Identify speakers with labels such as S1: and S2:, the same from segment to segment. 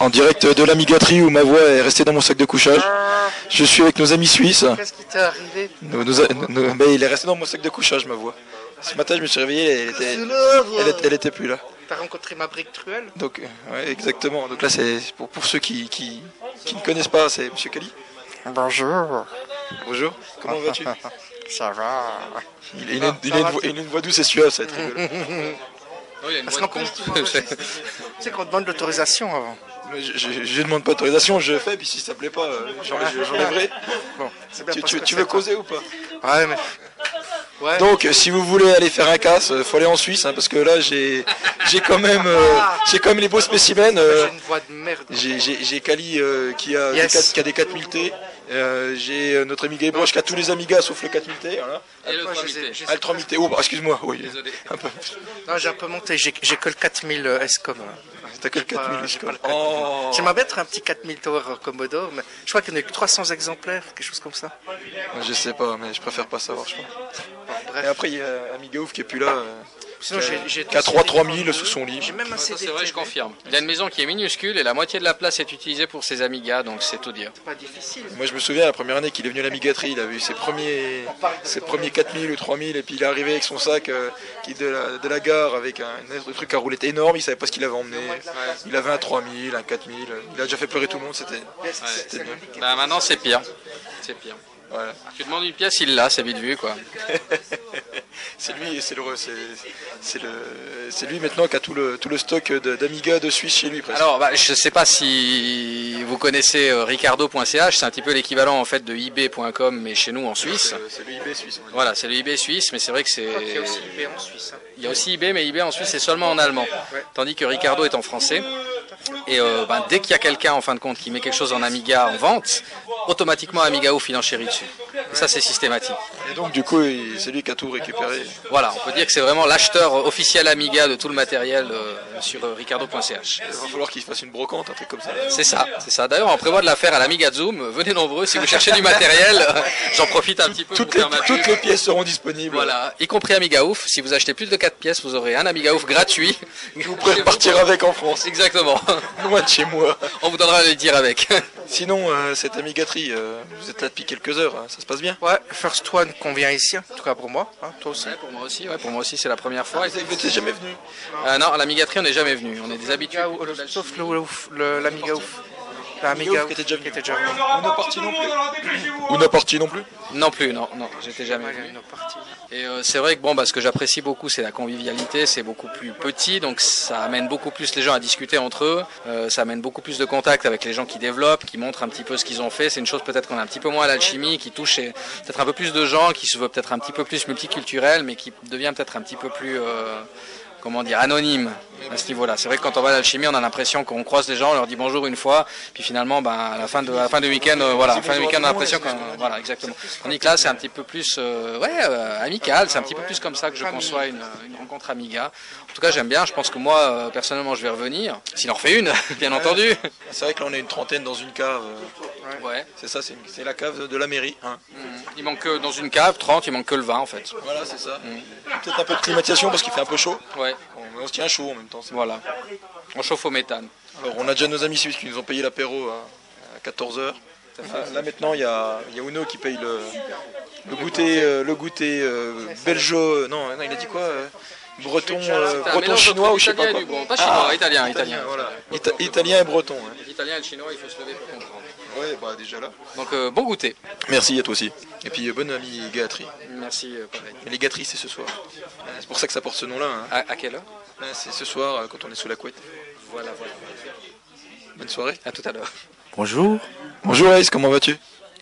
S1: en direct de la migaterie où ma voix est restée dans mon sac de couchage. Je suis avec nos amis suisses.
S2: Qu'est-ce qui t'est arrivé
S1: Nos- nos- nos- mais il est resté dans mon sac de couchage, ma voix. Ce matin, je me suis réveillé, elle était, elle était- elle était plus là.
S2: T'as rencontré ma brique truelle
S1: Donc, euh, ouais, exactement. Donc là, c'est pour, pour ceux qui, qui, qui ne connaissent pas, c'est Monsieur Cali.
S2: Bonjour.
S1: Bonjour. Comment vas-tu
S2: Ça va.
S1: il, il a, il a une, voix- il a une voix douce et suave, ça va être rigolo.
S3: Non, il y a une
S2: Mm-hmm. Parce
S3: voix
S2: qu'en
S3: de
S2: plus, tu
S3: con.
S2: m'as reçu- tu sais qu'on demande l'autorisation avant.
S1: Mais je, je- je demande pas d'autorisation, je fais, puis si ça plaît pas, euh, j'enlève- j'enlèverai.
S2: Bon, c'est bien
S1: Tu,
S2: parce
S1: tu-
S2: que
S1: tu
S2: c'est
S1: veux
S2: pas-
S1: causer ou pas
S2: Ouais, mais. Ouais.
S1: Donc, euh, si vous voulez aller faire un casse, euh, faut aller en Suisse, hein, parce que là, j'ai, j'ai quand même, euh, j'ai quand même les beaux
S2: Ah
S1: spécimens. euh,
S2: J'ai une voix de merde.
S1: j'ai, j'ai, j'ai Kali euh, qui a
S2: Yes.
S1: des 4, qui a des 4000T. euh, j'ai euh, notre Amiga Broche qui a tous les Amigas sauf le 4000T. Voilà.
S3: Et le
S2: Moi, je
S3: 3
S2: les ai- je les ai
S1: Ah, le 3000T. Oh, bah, excuse-moi. Oui.
S3: Désolé.
S1: Un peu.
S2: Non, j'ai un peu monté, j'ai j'ai que le 4000 euh, S-Com.
S1: T'as que le
S2: J'ai pas-
S1: 4000
S2: j'ai
S1: je
S2: pas le
S1: crois. Oh.
S2: J'aimerais bien être un petit 4000 Tower euh, Commodore, mais je crois qu'il n'y en a que 300 exemplaires, quelque chose comme ça.
S1: Je sais pas, mais je préfère pas savoir, je crois.
S2: Bon,
S1: Et
S2: bref.
S1: après, il y a Amiga Ouf qui est plus là. euh.
S2: Sinon, j'ai- j'ai
S1: Qu'à
S2: deux
S1: 3,
S2: CD
S1: 3000 sous son lit.
S2: J'ai même un
S3: Ça, c'est
S2: CD.
S3: vrai, je
S2: TV.
S3: confirme. Il a une maison qui est minuscule et la moitié de la place est utilisée pour ses Amiga, donc c'est tout dire.
S2: Pas difficile.
S1: Moi, je me souviens, la première année qu'il est venu à l'amigaterie, il avait eu ses premiers, ses premiers 4000 ou 3000, et puis il est arrivé avec son sac euh, qui est de, la, de la gare avec un, un truc à roulette énorme, il savait pas ce qu'il avait emmené. Il avait un 3000, un 4000, il a déjà fait pleurer tout le monde, c'était. c'était nul.
S3: Bah maintenant c'est pire. C'est pire.
S1: Voilà.
S3: Tu demandes une pièce, il l'a, c'est vite vu quoi.
S1: C'est lui, et c'est le, c'est, c'est le, c'est lui maintenant qui a tout le, tout le stock de- d'Amiga de Suisse chez lui presque.
S3: Alors, bah, je ne sais pas si vous connaissez euh, ricardo.ch, c'est un petit peu l'équivalent en fait de ebay.com mais chez nous en Suisse.
S1: Euh, c'est le eBay suisse. on va dire.
S3: Voilà, c'est le eBay suisse, mais c'est vrai que c'est.
S2: Il y a aussi eBay en Suisse. hein.
S3: Il y a aussi eBay, mais eBay en Suisse c'est seulement en allemand. Tandis que Ricardo est en français. Et euh, ben, dès qu'il y a quelqu'un en fin de compte qui met quelque chose en Amiga en vente, automatiquement Amiga ou file en chéri dessus. Et ça c'est systématique.
S1: Et donc, du coup, il- c'est lui qui a tout récupéré.
S3: Voilà, on peut dire que c'est vraiment l'acheteur officiel Amiga de tout le matériel euh, sur euh, ricardo.ch.
S1: Il va falloir qu'il fasse une brocante, un truc comme ça.
S3: C'est ça, c'est ça. D'ailleurs, on prévoit de la faire à l'Amiga Zoom. Venez nombreux si vous cherchez du matériel. J'en profite un petit peu
S1: Toutes
S3: pour
S1: les,
S3: faire ma pub.
S1: toutes les pièces seront disponibles.
S3: Voilà, y compris Amiga Ouf. Si vous achetez plus de 4 pièces, vous aurez un Amiga Ouf gratuit.
S1: Vous pourrez repartir avec en France,
S3: Exactement.
S1: loin de chez moi.
S3: On vous donnera le dire avec.
S1: Sinon, euh, cette amigaterie, euh, vous êtes là depuis quelques heures, hein, ça se passe bien
S2: Ouais, First One convient ici, hein. en tout cas pour moi, hein, toi aussi.
S3: pour moi aussi, ouais, pour moi aussi, c'est la première fois.
S1: Vous n'êtes jamais venu
S3: Euh, non, à l'amigaterie, on n'est jamais venu. On est des habitués.
S2: L'Amiga ou- le- Sauf le- le- le- l'Amiga ouf. L'Amiga
S1: L'Amiga ouf qui était déjà venu.
S2: venu.
S1: On n'a parti non plus Ou n'a parti non plus
S3: Non plus, non, non, j'étais jamais
S2: Ouais, il y a
S3: venu.
S2: une autre partie.
S3: Et euh, c'est vrai que bon, bah, ce que j'apprécie beaucoup, c'est la convivialité. C'est beaucoup plus petit, donc ça amène beaucoup plus les gens à discuter entre eux. Euh, ça amène beaucoup plus de contact avec les gens qui développent, qui montrent un petit peu ce qu'ils ont fait. C'est une chose peut-être qu'on a un petit peu moins à l'alchimie, qui touche et- peut-être un peu plus de gens, qui se veut peut-être un petit peu plus multiculturel, mais qui devient peut-être un petit peu plus, euh, comment dire, anonyme à ce niveau-là. C'est vrai que quand on va à l'alchimie, on a l'impression qu'on croise les gens, on leur dit bonjour une fois, puis finalement, ben, à la fin de, à la fin du week-end, euh, voilà, à la fin du week-end, on a l'impression qu'on, voilà, exactement. Tandis que là, c'est un petit peu plus, euh, ouais, euh, amical, c'est un petit peu plus comme ça que je conçois une, une rencontre amiga. En tout cas, j'aime bien, je pense que moi, euh, personnellement, je vais revenir, s'il en refait une, bien entendu.
S1: C'est vrai que là, on est une trentaine dans une cave. euh,
S3: Ouais. Mm.
S1: C'est ça, c'est une- c'est la cave de la mairie. hein.
S3: Il manque que, dans une cave, 30, il manque que le vin, en fait.
S1: Voilà, c'est ça.
S3: Mm.
S1: Peut-être un peu de climatisation parce qu'il fait un peu chaud.
S3: Ouais,
S1: On, on se tient chaud en même temps. c'est bon.
S3: voilà. On chauffe au méthane.
S1: Alors, on a déjà nos amis suisses qui nous ont payé l'apéro à, 14h. Là maintenant, il y a, il y a Uno qui paye le, le goûter, euh, le goûter euh, belgeo. Non, non, il a dit quoi euh, Breton, euh,
S3: C'est un
S1: breton
S3: mélange
S1: chinois
S3: entre
S1: ou je sais pas
S3: italien
S1: quoi.
S3: et du bon. Pas chinois,
S1: Ah,
S3: italien, italien.
S1: voilà. Ita- italien et breton. ouais.
S3: L'italien et le chinois, il faut se lever pour comprendre.
S1: Ouais, bah déjà là.
S3: Donc, euh, bon goûter.
S1: Merci à toi aussi. Et puis euh, bonne amie Gatry.
S3: Merci, euh, pareil.
S1: Mais les Gatry, c'est ce soir. Euh, C'est pour ça que ça porte ce nom-là. hein.
S3: À, à quelle heure
S1: Euh, C'est ce soir euh, quand on est sous la couette.
S3: Voilà, voilà.
S1: Bonne soirée.
S3: À tout à l'heure.
S4: Bonjour.
S1: Bonjour Aïs, comment vas-tu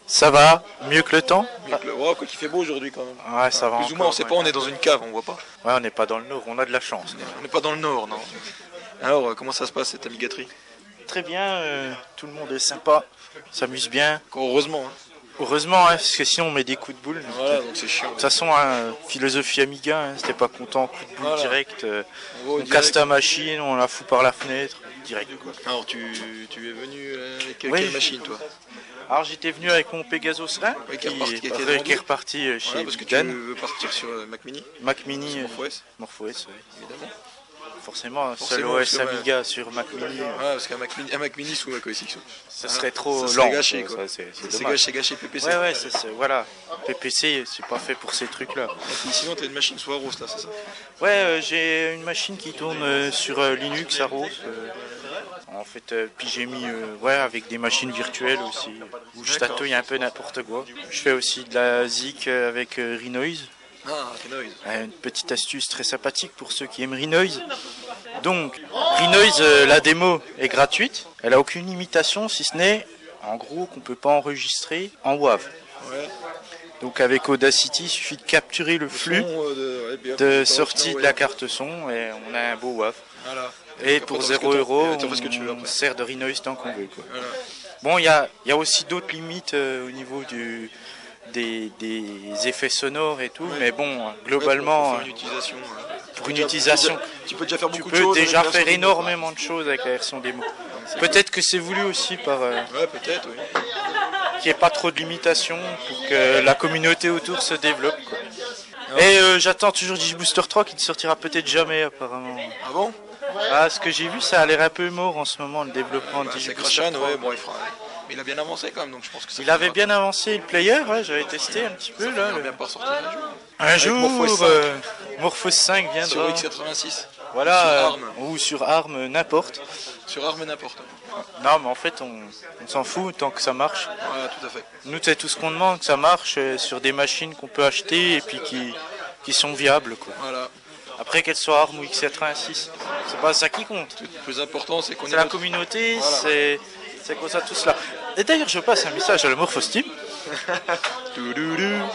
S4: Ça va Mieux que le temps
S1: Oh, quoi qu'il fait beau aujourd'hui quand même.
S4: Ouais, ça va.
S1: Plus ou moins, on
S4: encore,
S1: sait
S4: ouais.
S1: pas, on est dans une cave, on voit pas.
S4: Ouais, on n'est pas dans le nord, on a de la chance.
S1: On n'est pas dans le nord, non. Alors, euh, comment ça se passe cette amigaterie
S4: Très bien, euh, tout le monde est sympa, s'amuse bien.
S1: Heureusement. hein.
S4: Heureusement, hein, parce que sinon on met des coups de boule. euh,
S1: Voilà,
S4: De
S1: donc c'est chiant.
S4: toute façon, hein, philosophie Amiga, hein, c'était pas content, coup de boule
S1: Voilà.
S4: direct. euh,
S1: En
S4: on
S1: gros, direct.
S4: casse ta machine, on la fout par la fenêtre, direct quoi.
S1: Alors, tu, tu es venu euh, avec
S4: Oui.
S1: quelle machine, toi
S4: Alors j'étais venu avec mon Pegasus 1
S1: Oui,
S4: qui,
S1: qui est reparti- qui a été
S4: est- qui
S1: vendu.
S4: est reparti euh, chez
S1: Voilà, parce que tu
S4: Dan,
S1: veux partir sur euh, Mac Mini
S4: Mac Mini,
S1: Sur Morpho S,
S4: Morpho S,
S1: évidemment.
S4: forcément, seul
S1: Forcément,
S4: OS
S1: parce que, ouais.
S4: Amiga sur Mac Mini, euh.
S1: Ouais, parce qu'un Mac, Mini- un Mac Mini sous Mac OS X,
S4: ça
S1: hein,
S4: serait trop
S1: ça serait
S4: lent.
S1: gâché,
S4: ça,
S1: quoi.
S4: C'est c'est
S1: c'est
S4: dommage.
S1: gâché, gâché PPC.
S4: Ouais, ouais, c'est- c'est- voilà. PPC, c'est pas fait pour ces trucs-là.
S1: Et Sinon, t'as une machine soit rose là, c'est ça
S4: Ouais, euh, j'ai une machine qui tourne euh, sur euh, Linux à ROS. euh, en fait, euh, puis j'ai mis euh, ouais, avec des machines virtuelles aussi, où je tatouille un peu n'importe quoi. Je fais aussi de la ZIC euh, avec euh, Renoise.
S1: Ah, Renoise.
S4: Euh, Une petite astuce très sympathique pour ceux qui aiment Renoise. Donc, Renoise, euh, la démo est gratuite. Elle a aucune limitation, si ce n'est, en gros, qu'on peut pas enregistrer en WAV.
S1: Ouais.
S4: Donc, avec Audacity, il suffit de capturer le flux
S1: Son, euh, de, ouais, bien,
S4: de
S1: putain,
S4: sortie
S1: ouais.
S4: de la carte son et on a un beau WAV.
S1: Voilà.
S4: Et
S1: Après,
S4: pour
S1: t'en fais ce
S4: 0
S1: que t'en-
S4: euros,
S1: ouais, t'en
S4: on
S1: fais ce que tu veux après.
S4: sert de Renoise tant qu'on veut. quoi.
S1: Voilà.
S4: Bon, il y a, il y a aussi d'autres limites euh, au niveau du, des, des effets sonores et tout, mais bon, globalement, euh,
S1: Ouais, pour- pour faire une utilisation, hein. ouais.
S4: pour une utilisation,
S1: tu peux déjà faire
S4: tu
S1: beaucoup de
S4: peux
S1: choses.
S4: déjà
S1: avec la
S4: faire
S1: version-
S4: énormément de choses avec la version démo. Peut-être que c'est voulu aussi par euh,
S1: Ouais, peut-être, oui.
S4: qu'il n'y ait pas trop de limitations pour que la communauté autour se développe. quoi. Et euh, j'attends toujours Digibooster 3 qui ne sortira peut-être jamais apparemment.
S1: Ah bon
S4: Ah, ce que j'ai vu, ça a l'air un peu mort en ce moment le développement
S1: Bah,
S4: de
S1: C'est
S4: Digibooster
S1: Crashan,
S4: 3.
S1: ouais, bon, il fera. Mais il a bien avancé quand même, donc je pense que ça
S4: Il avait
S1: finira-
S4: bien avancé le player, ouais, j'avais testé un petit peu
S1: ça
S4: là.
S1: finira
S4: hein, le-
S1: bien par sortir un jour.
S4: Un jour,
S1: Morphos 5.
S4: euh, Morphos 5
S1: Sur
S4: viendra.
S1: X86, sur
S4: voilà, euh,
S1: ARM.
S4: ou sur ARM, euh, n'importe.
S1: sur ARM et n'importe.
S4: Non, mais en fait, on, on s'en fout tant que ça marche.
S1: Voilà, tout à fait.
S4: Nous, c'est tout ce qu'on demande, que ça marche euh, sur des machines qu'on peut acheter et puis qui, qui sont viables. Quoi.
S1: Voilà.
S4: Après, qu'elles soient ARM ou X86, c'est pas ça qui compte.
S1: Le plus important, c'est qu'on
S4: C'est la
S1: notre-
S4: communauté,
S1: Voilà.
S4: c'est, c'est comme ça tout cela. Et d'ailleurs, je passe un message à la Morphos Team.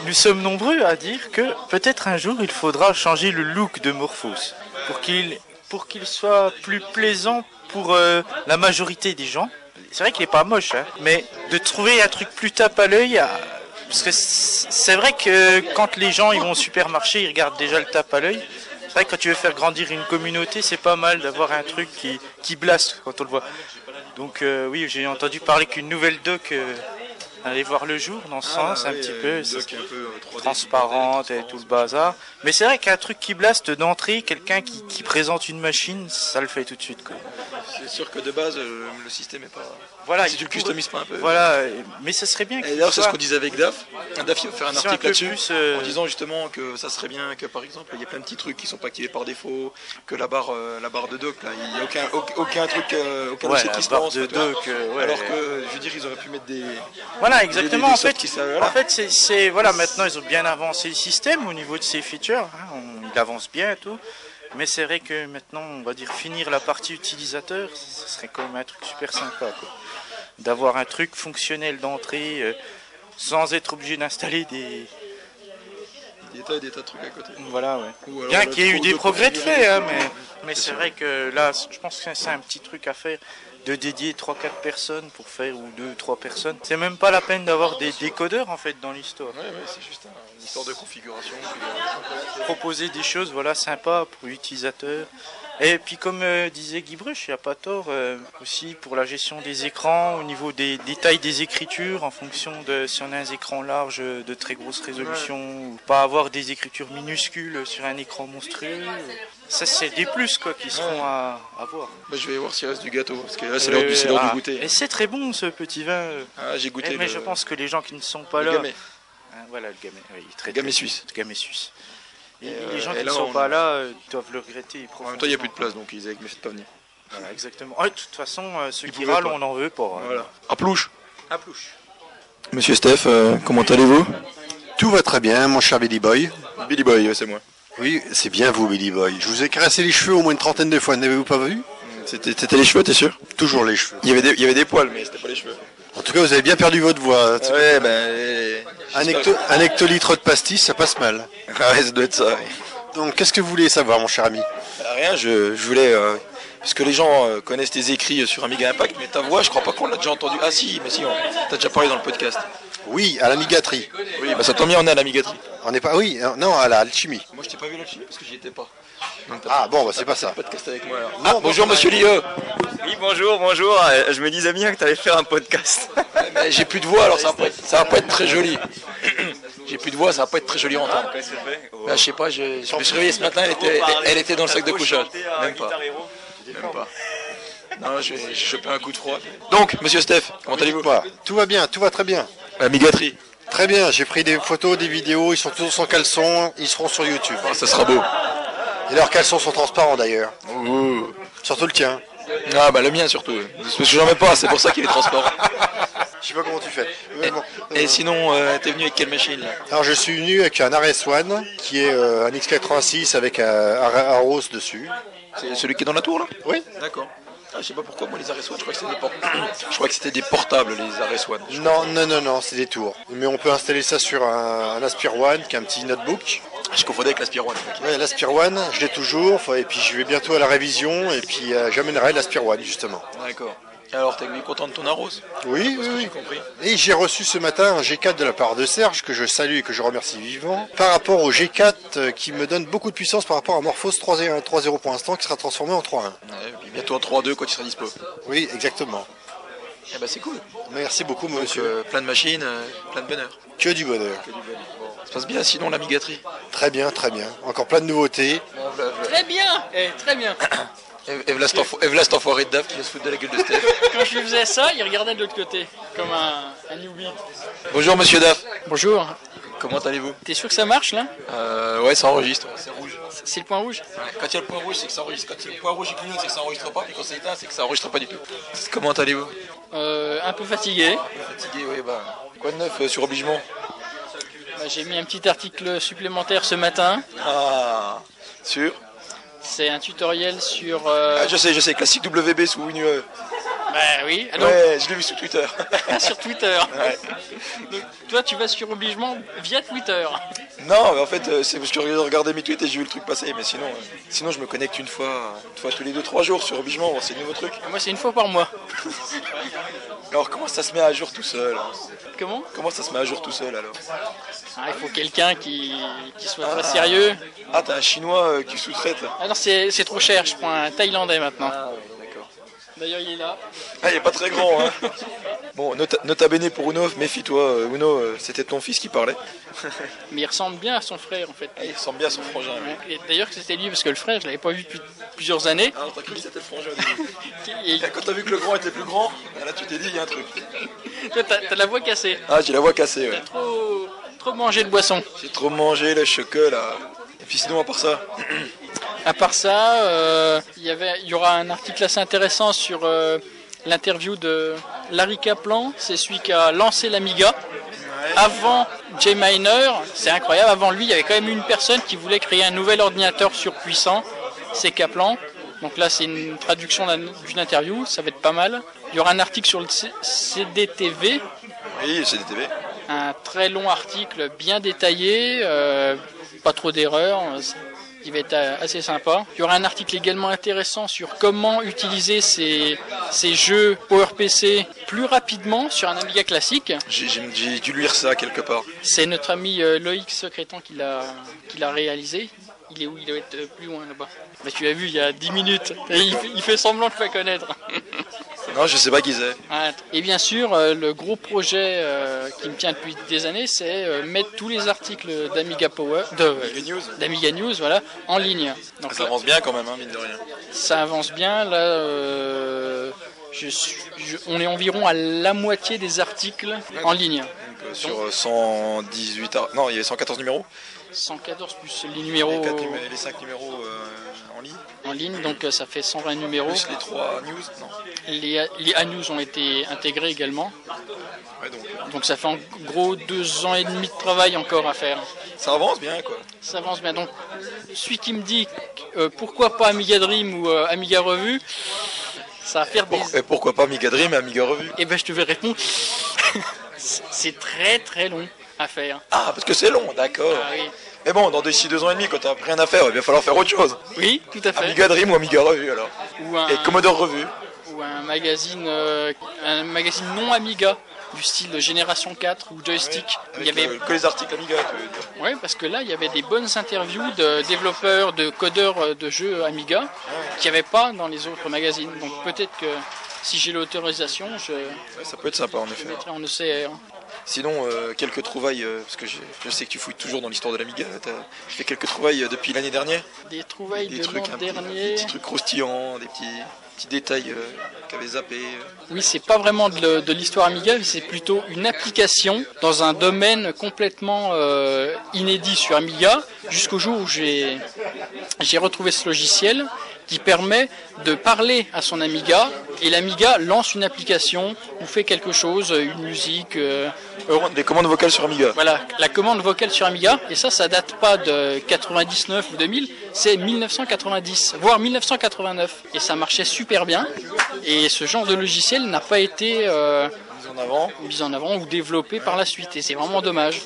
S4: Nous sommes nombreux à dire que peut-être un jour il faudra changer le look de Morphos pour qu'il pour qu'il soit plus plaisant pour euh, la majorité des gens. C'est vrai qu'il est pas moche, hein, mais de trouver un truc plus tape à l'œil. à- Parce que c'est c'est vrai que quand les gens ils vont au supermarché, ils regardent déjà le tape à l'œil. C'est vrai que quand tu veux faire grandir une communauté, c'est pas mal d'avoir un truc qui, qui blaste quand on le voit. Donc euh, oui, j'ai entendu parler qu'une nouvelle doc euh, allait voir le jour dans ce
S1: Ah,
S4: sens un
S1: oui,
S4: petit
S1: euh,
S4: peu.
S1: une
S4: Ça-
S1: doc un peu, euh, 3D,
S4: transparente et tout le bazar. Mais c'est vrai qu'un truc qui blaste d'entrée, quelqu'un qui, qui présente une machine, ça le fait tout de suite. Quoi.
S1: C'est sûr que de base, euh, le système est pas.
S4: Voilà,
S1: Si
S4: il
S1: tu le
S4: pourrait-
S1: customises pas un peu.
S4: Voilà, euh, mais ce serait bien
S1: Et
S4: qu'il
S1: d'ailleurs, c'est ce
S4: soit-
S1: qu'on disait avec DAF. DAF, il va faire un
S4: Soit un
S1: article
S4: peu
S1: là-dessus,
S4: plus, euh,
S1: en disant justement que ça serait bien que, par exemple, il y a plein de petits trucs qui sont pas activés par défaut, que la barre, euh, la barre de doc, là, il n'y a aucun, au- aucun truc, euh, aucun
S4: Ouais,
S1: outil
S4: la
S1: qui se
S4: barre
S1: lance,
S4: de
S1: tu vois.
S4: doc, euh, ouais.
S1: Alors que, je veux dire, ils auraient pu mettre des.
S4: Voilà,
S1: des-
S4: exactement.
S1: des
S4: en
S1: sortes
S4: fait,
S1: qui savent, voilà.
S4: en fait, c'est- c'est voilà, maintenant ils ont bien avancé le système au niveau de ces features. hein, on- il avance bien et tout. Mais c'est vrai que maintenant, on va dire finir la partie utilisateur, ce serait quand même un truc super sympa, quoi. D'avoir un truc fonctionnel d'entrée, euh, sans être obligé d'installer des,
S1: des tas, des tas de trucs à côté.
S4: Voilà, ouais.
S1: Ou alors
S4: Bien
S1: le
S4: qu'il y ait eu
S1: trop
S4: des
S1: de
S4: progrès de
S1: configurer
S4: fait, hein,
S1: les
S4: mais,
S1: trucs.
S4: mais c'est vrai que là, c- je pense que c'est un petit truc à faire de dédier 3-4 personnes pour faire ou 2-3 personnes. C'est même pas la peine d'avoir des décodeurs en fait dans l'histoire.
S1: Ouais, ouais, c'est juste un- une histoire de configuration. puis, euh,
S4: Proposer des choses voilà, sympas pour l'utilisateur. Et puis comme euh, disait Guy Bruch, il n'y a pas tort euh, aussi pour la gestion des écrans, au niveau des détails des écritures, en fonction de si on a un écran large euh, de très grosse résolution, ou pas avoir des écritures minuscules sur un écran monstrueux. Ça c'est des plus quoi qui seront à, à voir.
S1: bah, je vais voir s'il reste du gâteau, parce que là, c'est l'heure du, c'est l'heure
S4: Ah,
S1: du goûter.
S4: Et c'est très bon ce petit vin. euh.
S1: Ah, j'ai goûté.
S4: Eh, mais
S1: le-
S4: je pense que les gens qui ne sont pas
S1: le
S4: là,
S1: gamay.
S4: Hein, voilà le gamet. Oui, il est très
S1: Gamet
S4: très-
S1: suisse.
S4: Gamet suisse. Et,
S1: Et,
S4: les gens
S1: euh,
S4: qui
S1: et
S4: ne
S1: là,
S4: sont
S1: on-
S4: pas là euh, doivent le regretter.
S1: En même temps, il n'y a plus de place, donc ils avaient que mes faites pas venir.
S4: Voilà, exactement. Ah, de toute façon, euh, ceux
S1: Ils
S4: qui
S1: pouvaient
S4: râlent,
S1: pas.
S4: on n'en veut pas. hein.
S1: Voilà. À plouche.
S4: À plouche.
S1: Monsieur Steph, euh, comment allez-vous
S5: Tout va très bien, mon cher Billy Boy.
S1: Billy Boy, ouais, c'est moi.
S5: Oui, c'est bien vous, Billy Boy. Je vous ai caressé les cheveux au moins une trentaine de fois, n'avez-vous pas vu
S1: C'était c'était les cheveux, t'es sûr
S5: Toujours les cheveux.
S1: il y, avait des, il y avait des poils, mais c'était pas les cheveux.
S5: En tout cas, vous avez bien perdu votre voix.
S1: Ouais, ben.
S5: Un, hecto- un hectolitre de pastis, ça passe mal.
S1: Ah ouais, ça doit être ça. ouais.
S5: Donc, qu'est-ce que vous voulez savoir, mon cher ami
S1: Bah, rien, je, je voulais. euh, parce que les gens euh, connaissent tes écrits sur Amiga Impact, mais ta voix, je crois pas qu'on l'a déjà entendue. Ah si, mais si, on- t'as déjà parlé dans le podcast.
S5: Oui, à la migaterie.
S1: Oui, bah ça tombe bien, on est à l'amigaterie.
S5: On n'est pas. Oui, euh, non, à la alchimie.
S1: Moi, je t'ai pas vu là-dessus parce que j'y étais pas.
S5: Ah bon, bah c'est pas ça.
S1: Podcast avec moi alors.
S5: Ah,
S1: bonjour,
S5: bonjour,
S1: monsieur
S5: monsieur
S1: Lieu.
S6: Oui, bonjour, bonjour. Euh, Je me disais bien que tu allais faire un podcast.
S1: J'ai plus de voix, alors ça va pas être, ça va pas être très joli. j'ai plus de voix, ça va pas être très joli à entendre.
S6: Après, c'est fait. Oh.
S1: Là, je sais pas, je, je me suis réveillé ce matin, elle
S6: T'as beau
S1: était,
S6: parler,
S1: elle était dans le
S6: t'as
S1: sac de
S6: beau
S1: couchage.
S6: chanter à
S1: Même pas,
S6: Guitar Hero.
S1: même pas. Non, j'ai j'ai chopé un coup de froid. Donc, monsieur Steph, comment allez-vous
S5: Bah, tout va bien, tout va très bien.
S1: La migaterie.
S5: Très bien, j'ai pris des photos, des vidéos, ils sont tous sans caleçon, ils seront sur YouTube.
S1: Ah, ça sera beau.
S5: Et leurs caleçons sont transparents d'ailleurs,
S1: Ouh.
S5: surtout le tien.
S1: Ah, bah le mien surtout. Parce que j'en mets pas, c'est pour ça qu'il est transport.
S5: Je sais pas comment tu fais. Mais
S1: Et,
S5: bon,
S1: et
S5: euh,
S1: sinon, euh, t'es venu avec quelle machine là
S5: Alors je suis venu avec un RS1 qui est euh, un X86 avec un, un- un rose dessus.
S1: C'est celui qui est dans la tour là
S5: Oui.
S1: D'accord. Ah, je sais pas pourquoi, moi les RS1, je crois que c'était des, por- je crois que c'était des portables, les RS1.
S5: Non, non, non, non, c'est des tours. Mais on peut installer ça sur un, un Aspire One qui est un petit notebook.
S1: Je confondais avec l'Aspire One.
S5: Ouais, l'Aspire One, je l'ai toujours, faut- et puis je vais bientôt à la révision, et puis euh, j'amènerai l'Aspire One justement.
S1: D'accord. Alors, t'es venu content de ton Aros
S5: Oui, oui, oui.
S1: J'ai compris.
S5: Et j'ai reçu ce matin un G4 de la part de Serge, que je salue et que je remercie vivement, par rapport au G4 euh, qui me donne beaucoup de puissance par rapport à Morphos 3.1, 3.0 pour l'instant, qui sera transformé en 3.1.
S1: Ouais, et puis bientôt en 3-2 quand il sera dispo.
S5: Oui, exactement.
S1: Eh ben, c'est cool.
S5: Merci beaucoup, monsieur.
S1: Euh, plein de machines, euh, plein de bonheur.
S5: Que du bonheur.
S1: Ça se passe bien sinon la migaterie.
S5: Très bien, très bien. Encore plein de nouveautés.
S7: Très bien, eh, très bien.
S1: Et voilà cet enfoiré de DAF qui vient se foutre de la gueule de Steph.
S7: Quand je lui faisais ça, il regardait de l'autre côté, comme un, un newbie.
S1: Bonjour monsieur DAF.
S7: Bonjour,
S1: Comment allez-vous
S7: t'es sûr que ça marche là
S1: euh, Ouais, ça enregistre. C'est rouge.
S7: C'est le point rouge
S1: Quand il y a le point rouge, c'est que ça enregistre. Quand le point rouge il clignote, c'est que ça enregistre pas. Puis quand c'est éteint, c'est que ça enregistre pas du tout. Comment allez-vous
S7: Euh, Un peu fatigué.
S1: Fatigué, oui, bah. Quoi de neuf euh, sur obligement
S7: Bah, J'ai mis un petit article supplémentaire ce matin.
S1: Ah, sûr.
S7: C'est un tutoriel sur. euh,
S1: Ah, je sais, je sais, classique WB sous WinUE.
S7: Bah oui, ah, donc,
S1: Ouais, je l'ai vu sur Twitter.
S7: sur Twitter.
S1: Ouais.
S7: Donc, toi, tu vas sur obligement via Twitter.
S1: Non, mais en fait, euh, c'est parce que je regardais mes tweets et j'ai vu le truc passer. Mais sinon, euh, sinon je me connecte une fois, euh, une fois tous les 2-3 jours sur Obligement, voir ces nouveaux trucs.
S7: Moi, c'est une fois par mois.
S1: Alors, comment ça se met à jour tout seul hein
S7: Comment
S1: Comment ça se met à jour tout seul alors
S7: Ah, Il faut quelqu'un qui, qui soit très sérieux.
S1: Ah, t'as un chinois euh, qui sous-traite là.
S7: Ah non, c'est c'est trop cher, je prends un Thaïlandais maintenant.
S1: Ah, ouais, d'accord.
S7: D'ailleurs, il est là.
S1: Ah, il est pas très grand, hein Bon, nota, nota bene pour Uno, méfie-toi, euh, Uno, euh, c'était ton fils qui parlait.
S7: Mais il ressemble bien à son frère en fait.
S1: Ah, il ressemble bien à son frangin.
S7: Ouais. Et D'ailleurs, que c'était lui parce que le frère, je l'avais pas vu depuis plusieurs années.
S1: Ah, t'as cru que c'était le frangin au début.
S7: Et
S1: Et Quand t'as vu que le grand était plus grand, ah, là tu t'es dit, il y a un truc.
S7: toi, t'as t'as la voix cassée.
S1: Ah, j'ai la voix cassée, ouais.
S7: Trop, trop mangé de boisson.
S1: J'ai trop mangé le chocolat. Et puis sinon, à part ça,
S7: À part ça, euh, il y avait, il y aura un article assez intéressant sur euh, l'interview de Larry Kaplan. C'est celui qui a lancé l'Amiga. Avant Jay Minor, c'est incroyable. Avant lui, il y avait quand même une personne qui voulait créer un nouvel ordinateur surpuissant. C'est Kaplan. Donc là, c'est une traduction d'un- d'une interview. Ça va être pas mal. Il y aura un article sur le C- CDTV,
S1: oui, c'est des TV.
S7: un très long article bien détaillé, euh, pas trop d'erreurs, euh, c- il va être euh, assez sympa. Il y aura un article également intéressant sur comment utiliser ces, ces jeux PowerPC plus rapidement sur un Amiga classique.
S1: J'ai- J'ai j'ai dû lire ça quelque part.
S7: C'est notre ami euh, Loïc Secrétan qui l'a qui l'a réalisé. Il est où Il doit être euh, plus loin là-bas. Bah, tu l'as vu il y a 10 minutes. Et il, fait- il fait semblant de pas connaître.
S1: Non, je sais pas qui c'est.
S7: Ouais. Et bien sûr, euh, le gros projet euh, qui me tient depuis des années, c'est euh, mettre tous les articles d'Amiga Power, de- d'Amiga News, voilà, en ligne. Donc
S1: Ça
S7: là,
S1: avance bien quand même, hein, mine de rien.
S7: ça avance bien. Là, euh, je suis- je- on est environ à la moitié des articles en ligne.
S1: Donc, euh, sur euh, 118. ar- Non, il y avait 114 numéros.
S7: 114 plus les
S1: Les,
S7: numéros
S1: quatre numé- les 5 numéros euh, en ligne.
S7: en ligne, donc euh, ça fait 120 numéros.
S1: Plus les 3 news. Non.
S7: Les, les A-News ont été intégrés également.
S1: Ouais, donc euh,
S7: Donc ça fait en gros deux ans et demi de travail encore à faire.
S1: ça avance bien, quoi.
S7: Ça avance bien. Donc, celui qui me dit euh, pourquoi pas Amiga Dream ou euh, Amiga Revue, ça va faire des.
S1: Pour- et pourquoi pas Amiga Dream et Amiga Revue
S7: Eh ben, je te vais répondre. C'est très très long à faire.
S1: Ah, parce que c'est long, d'accord.
S7: Ah oui.
S1: Mais bon, dans d'ici deux ans et demi, quand t'as rien à faire, il va bien falloir faire autre chose.
S7: Oui, tout à fait.
S1: Amiga Dream ou Amiga Revue, alors.
S7: Ou, un,
S1: Et Commodore Revue.
S7: ou un magazine, euh, un magazine non Amiga du style Génération 4 ou Joystick. Il y
S1: Avec,
S7: avait,
S1: euh, que les articles Amiga. tu veux dire.
S7: ouais, parce que là, il y avait des bonnes interviews de développeurs, de codeurs euh, de jeux Amiga qu'il n'y avait pas dans les autres magazines. Donc peut-être que si j'ai l'autorisation, je,
S1: Ouais, ça peut être sympa, en effet.
S7: Là, on le sait, hein.
S1: Sinon, euh, quelques trouvailles, euh, parce que j'ai- je sais que tu fouilles toujours dans l'histoire de l'Amiga. t'as- J'ai fait quelques trouvailles euh, depuis l'année dernière.
S7: Des trouvailles
S1: Des
S7: de
S1: trucs, un
S7: l'an
S1: peu- des
S7: dernier.
S1: petits trucs croustillants, des petits, petits détails euh, qu'avait zappé. euh.
S7: Oui, c'est pas vraiment de, le- de l'histoire Amiga, mais c'est plutôt une application dans un domaine complètement euh, inédit sur Amiga, jusqu'au jour où j'ai j'ai retrouvé ce logiciel qui permet de parler à son Amiga et l'Amiga lance une application ou fait quelque chose, une musique. euh,
S1: Des commandes vocales sur Amiga.
S7: voilà, la commande vocale sur Amiga, et ça, ça date pas de 99 ou 2000, c'est 1990, voire 1989. Et ça marchait super bien. Et ce genre de logiciel n'a pas été euh,
S1: Mise en avant.
S7: mis en avant ou développé par la suite. Et c'est vraiment dommage.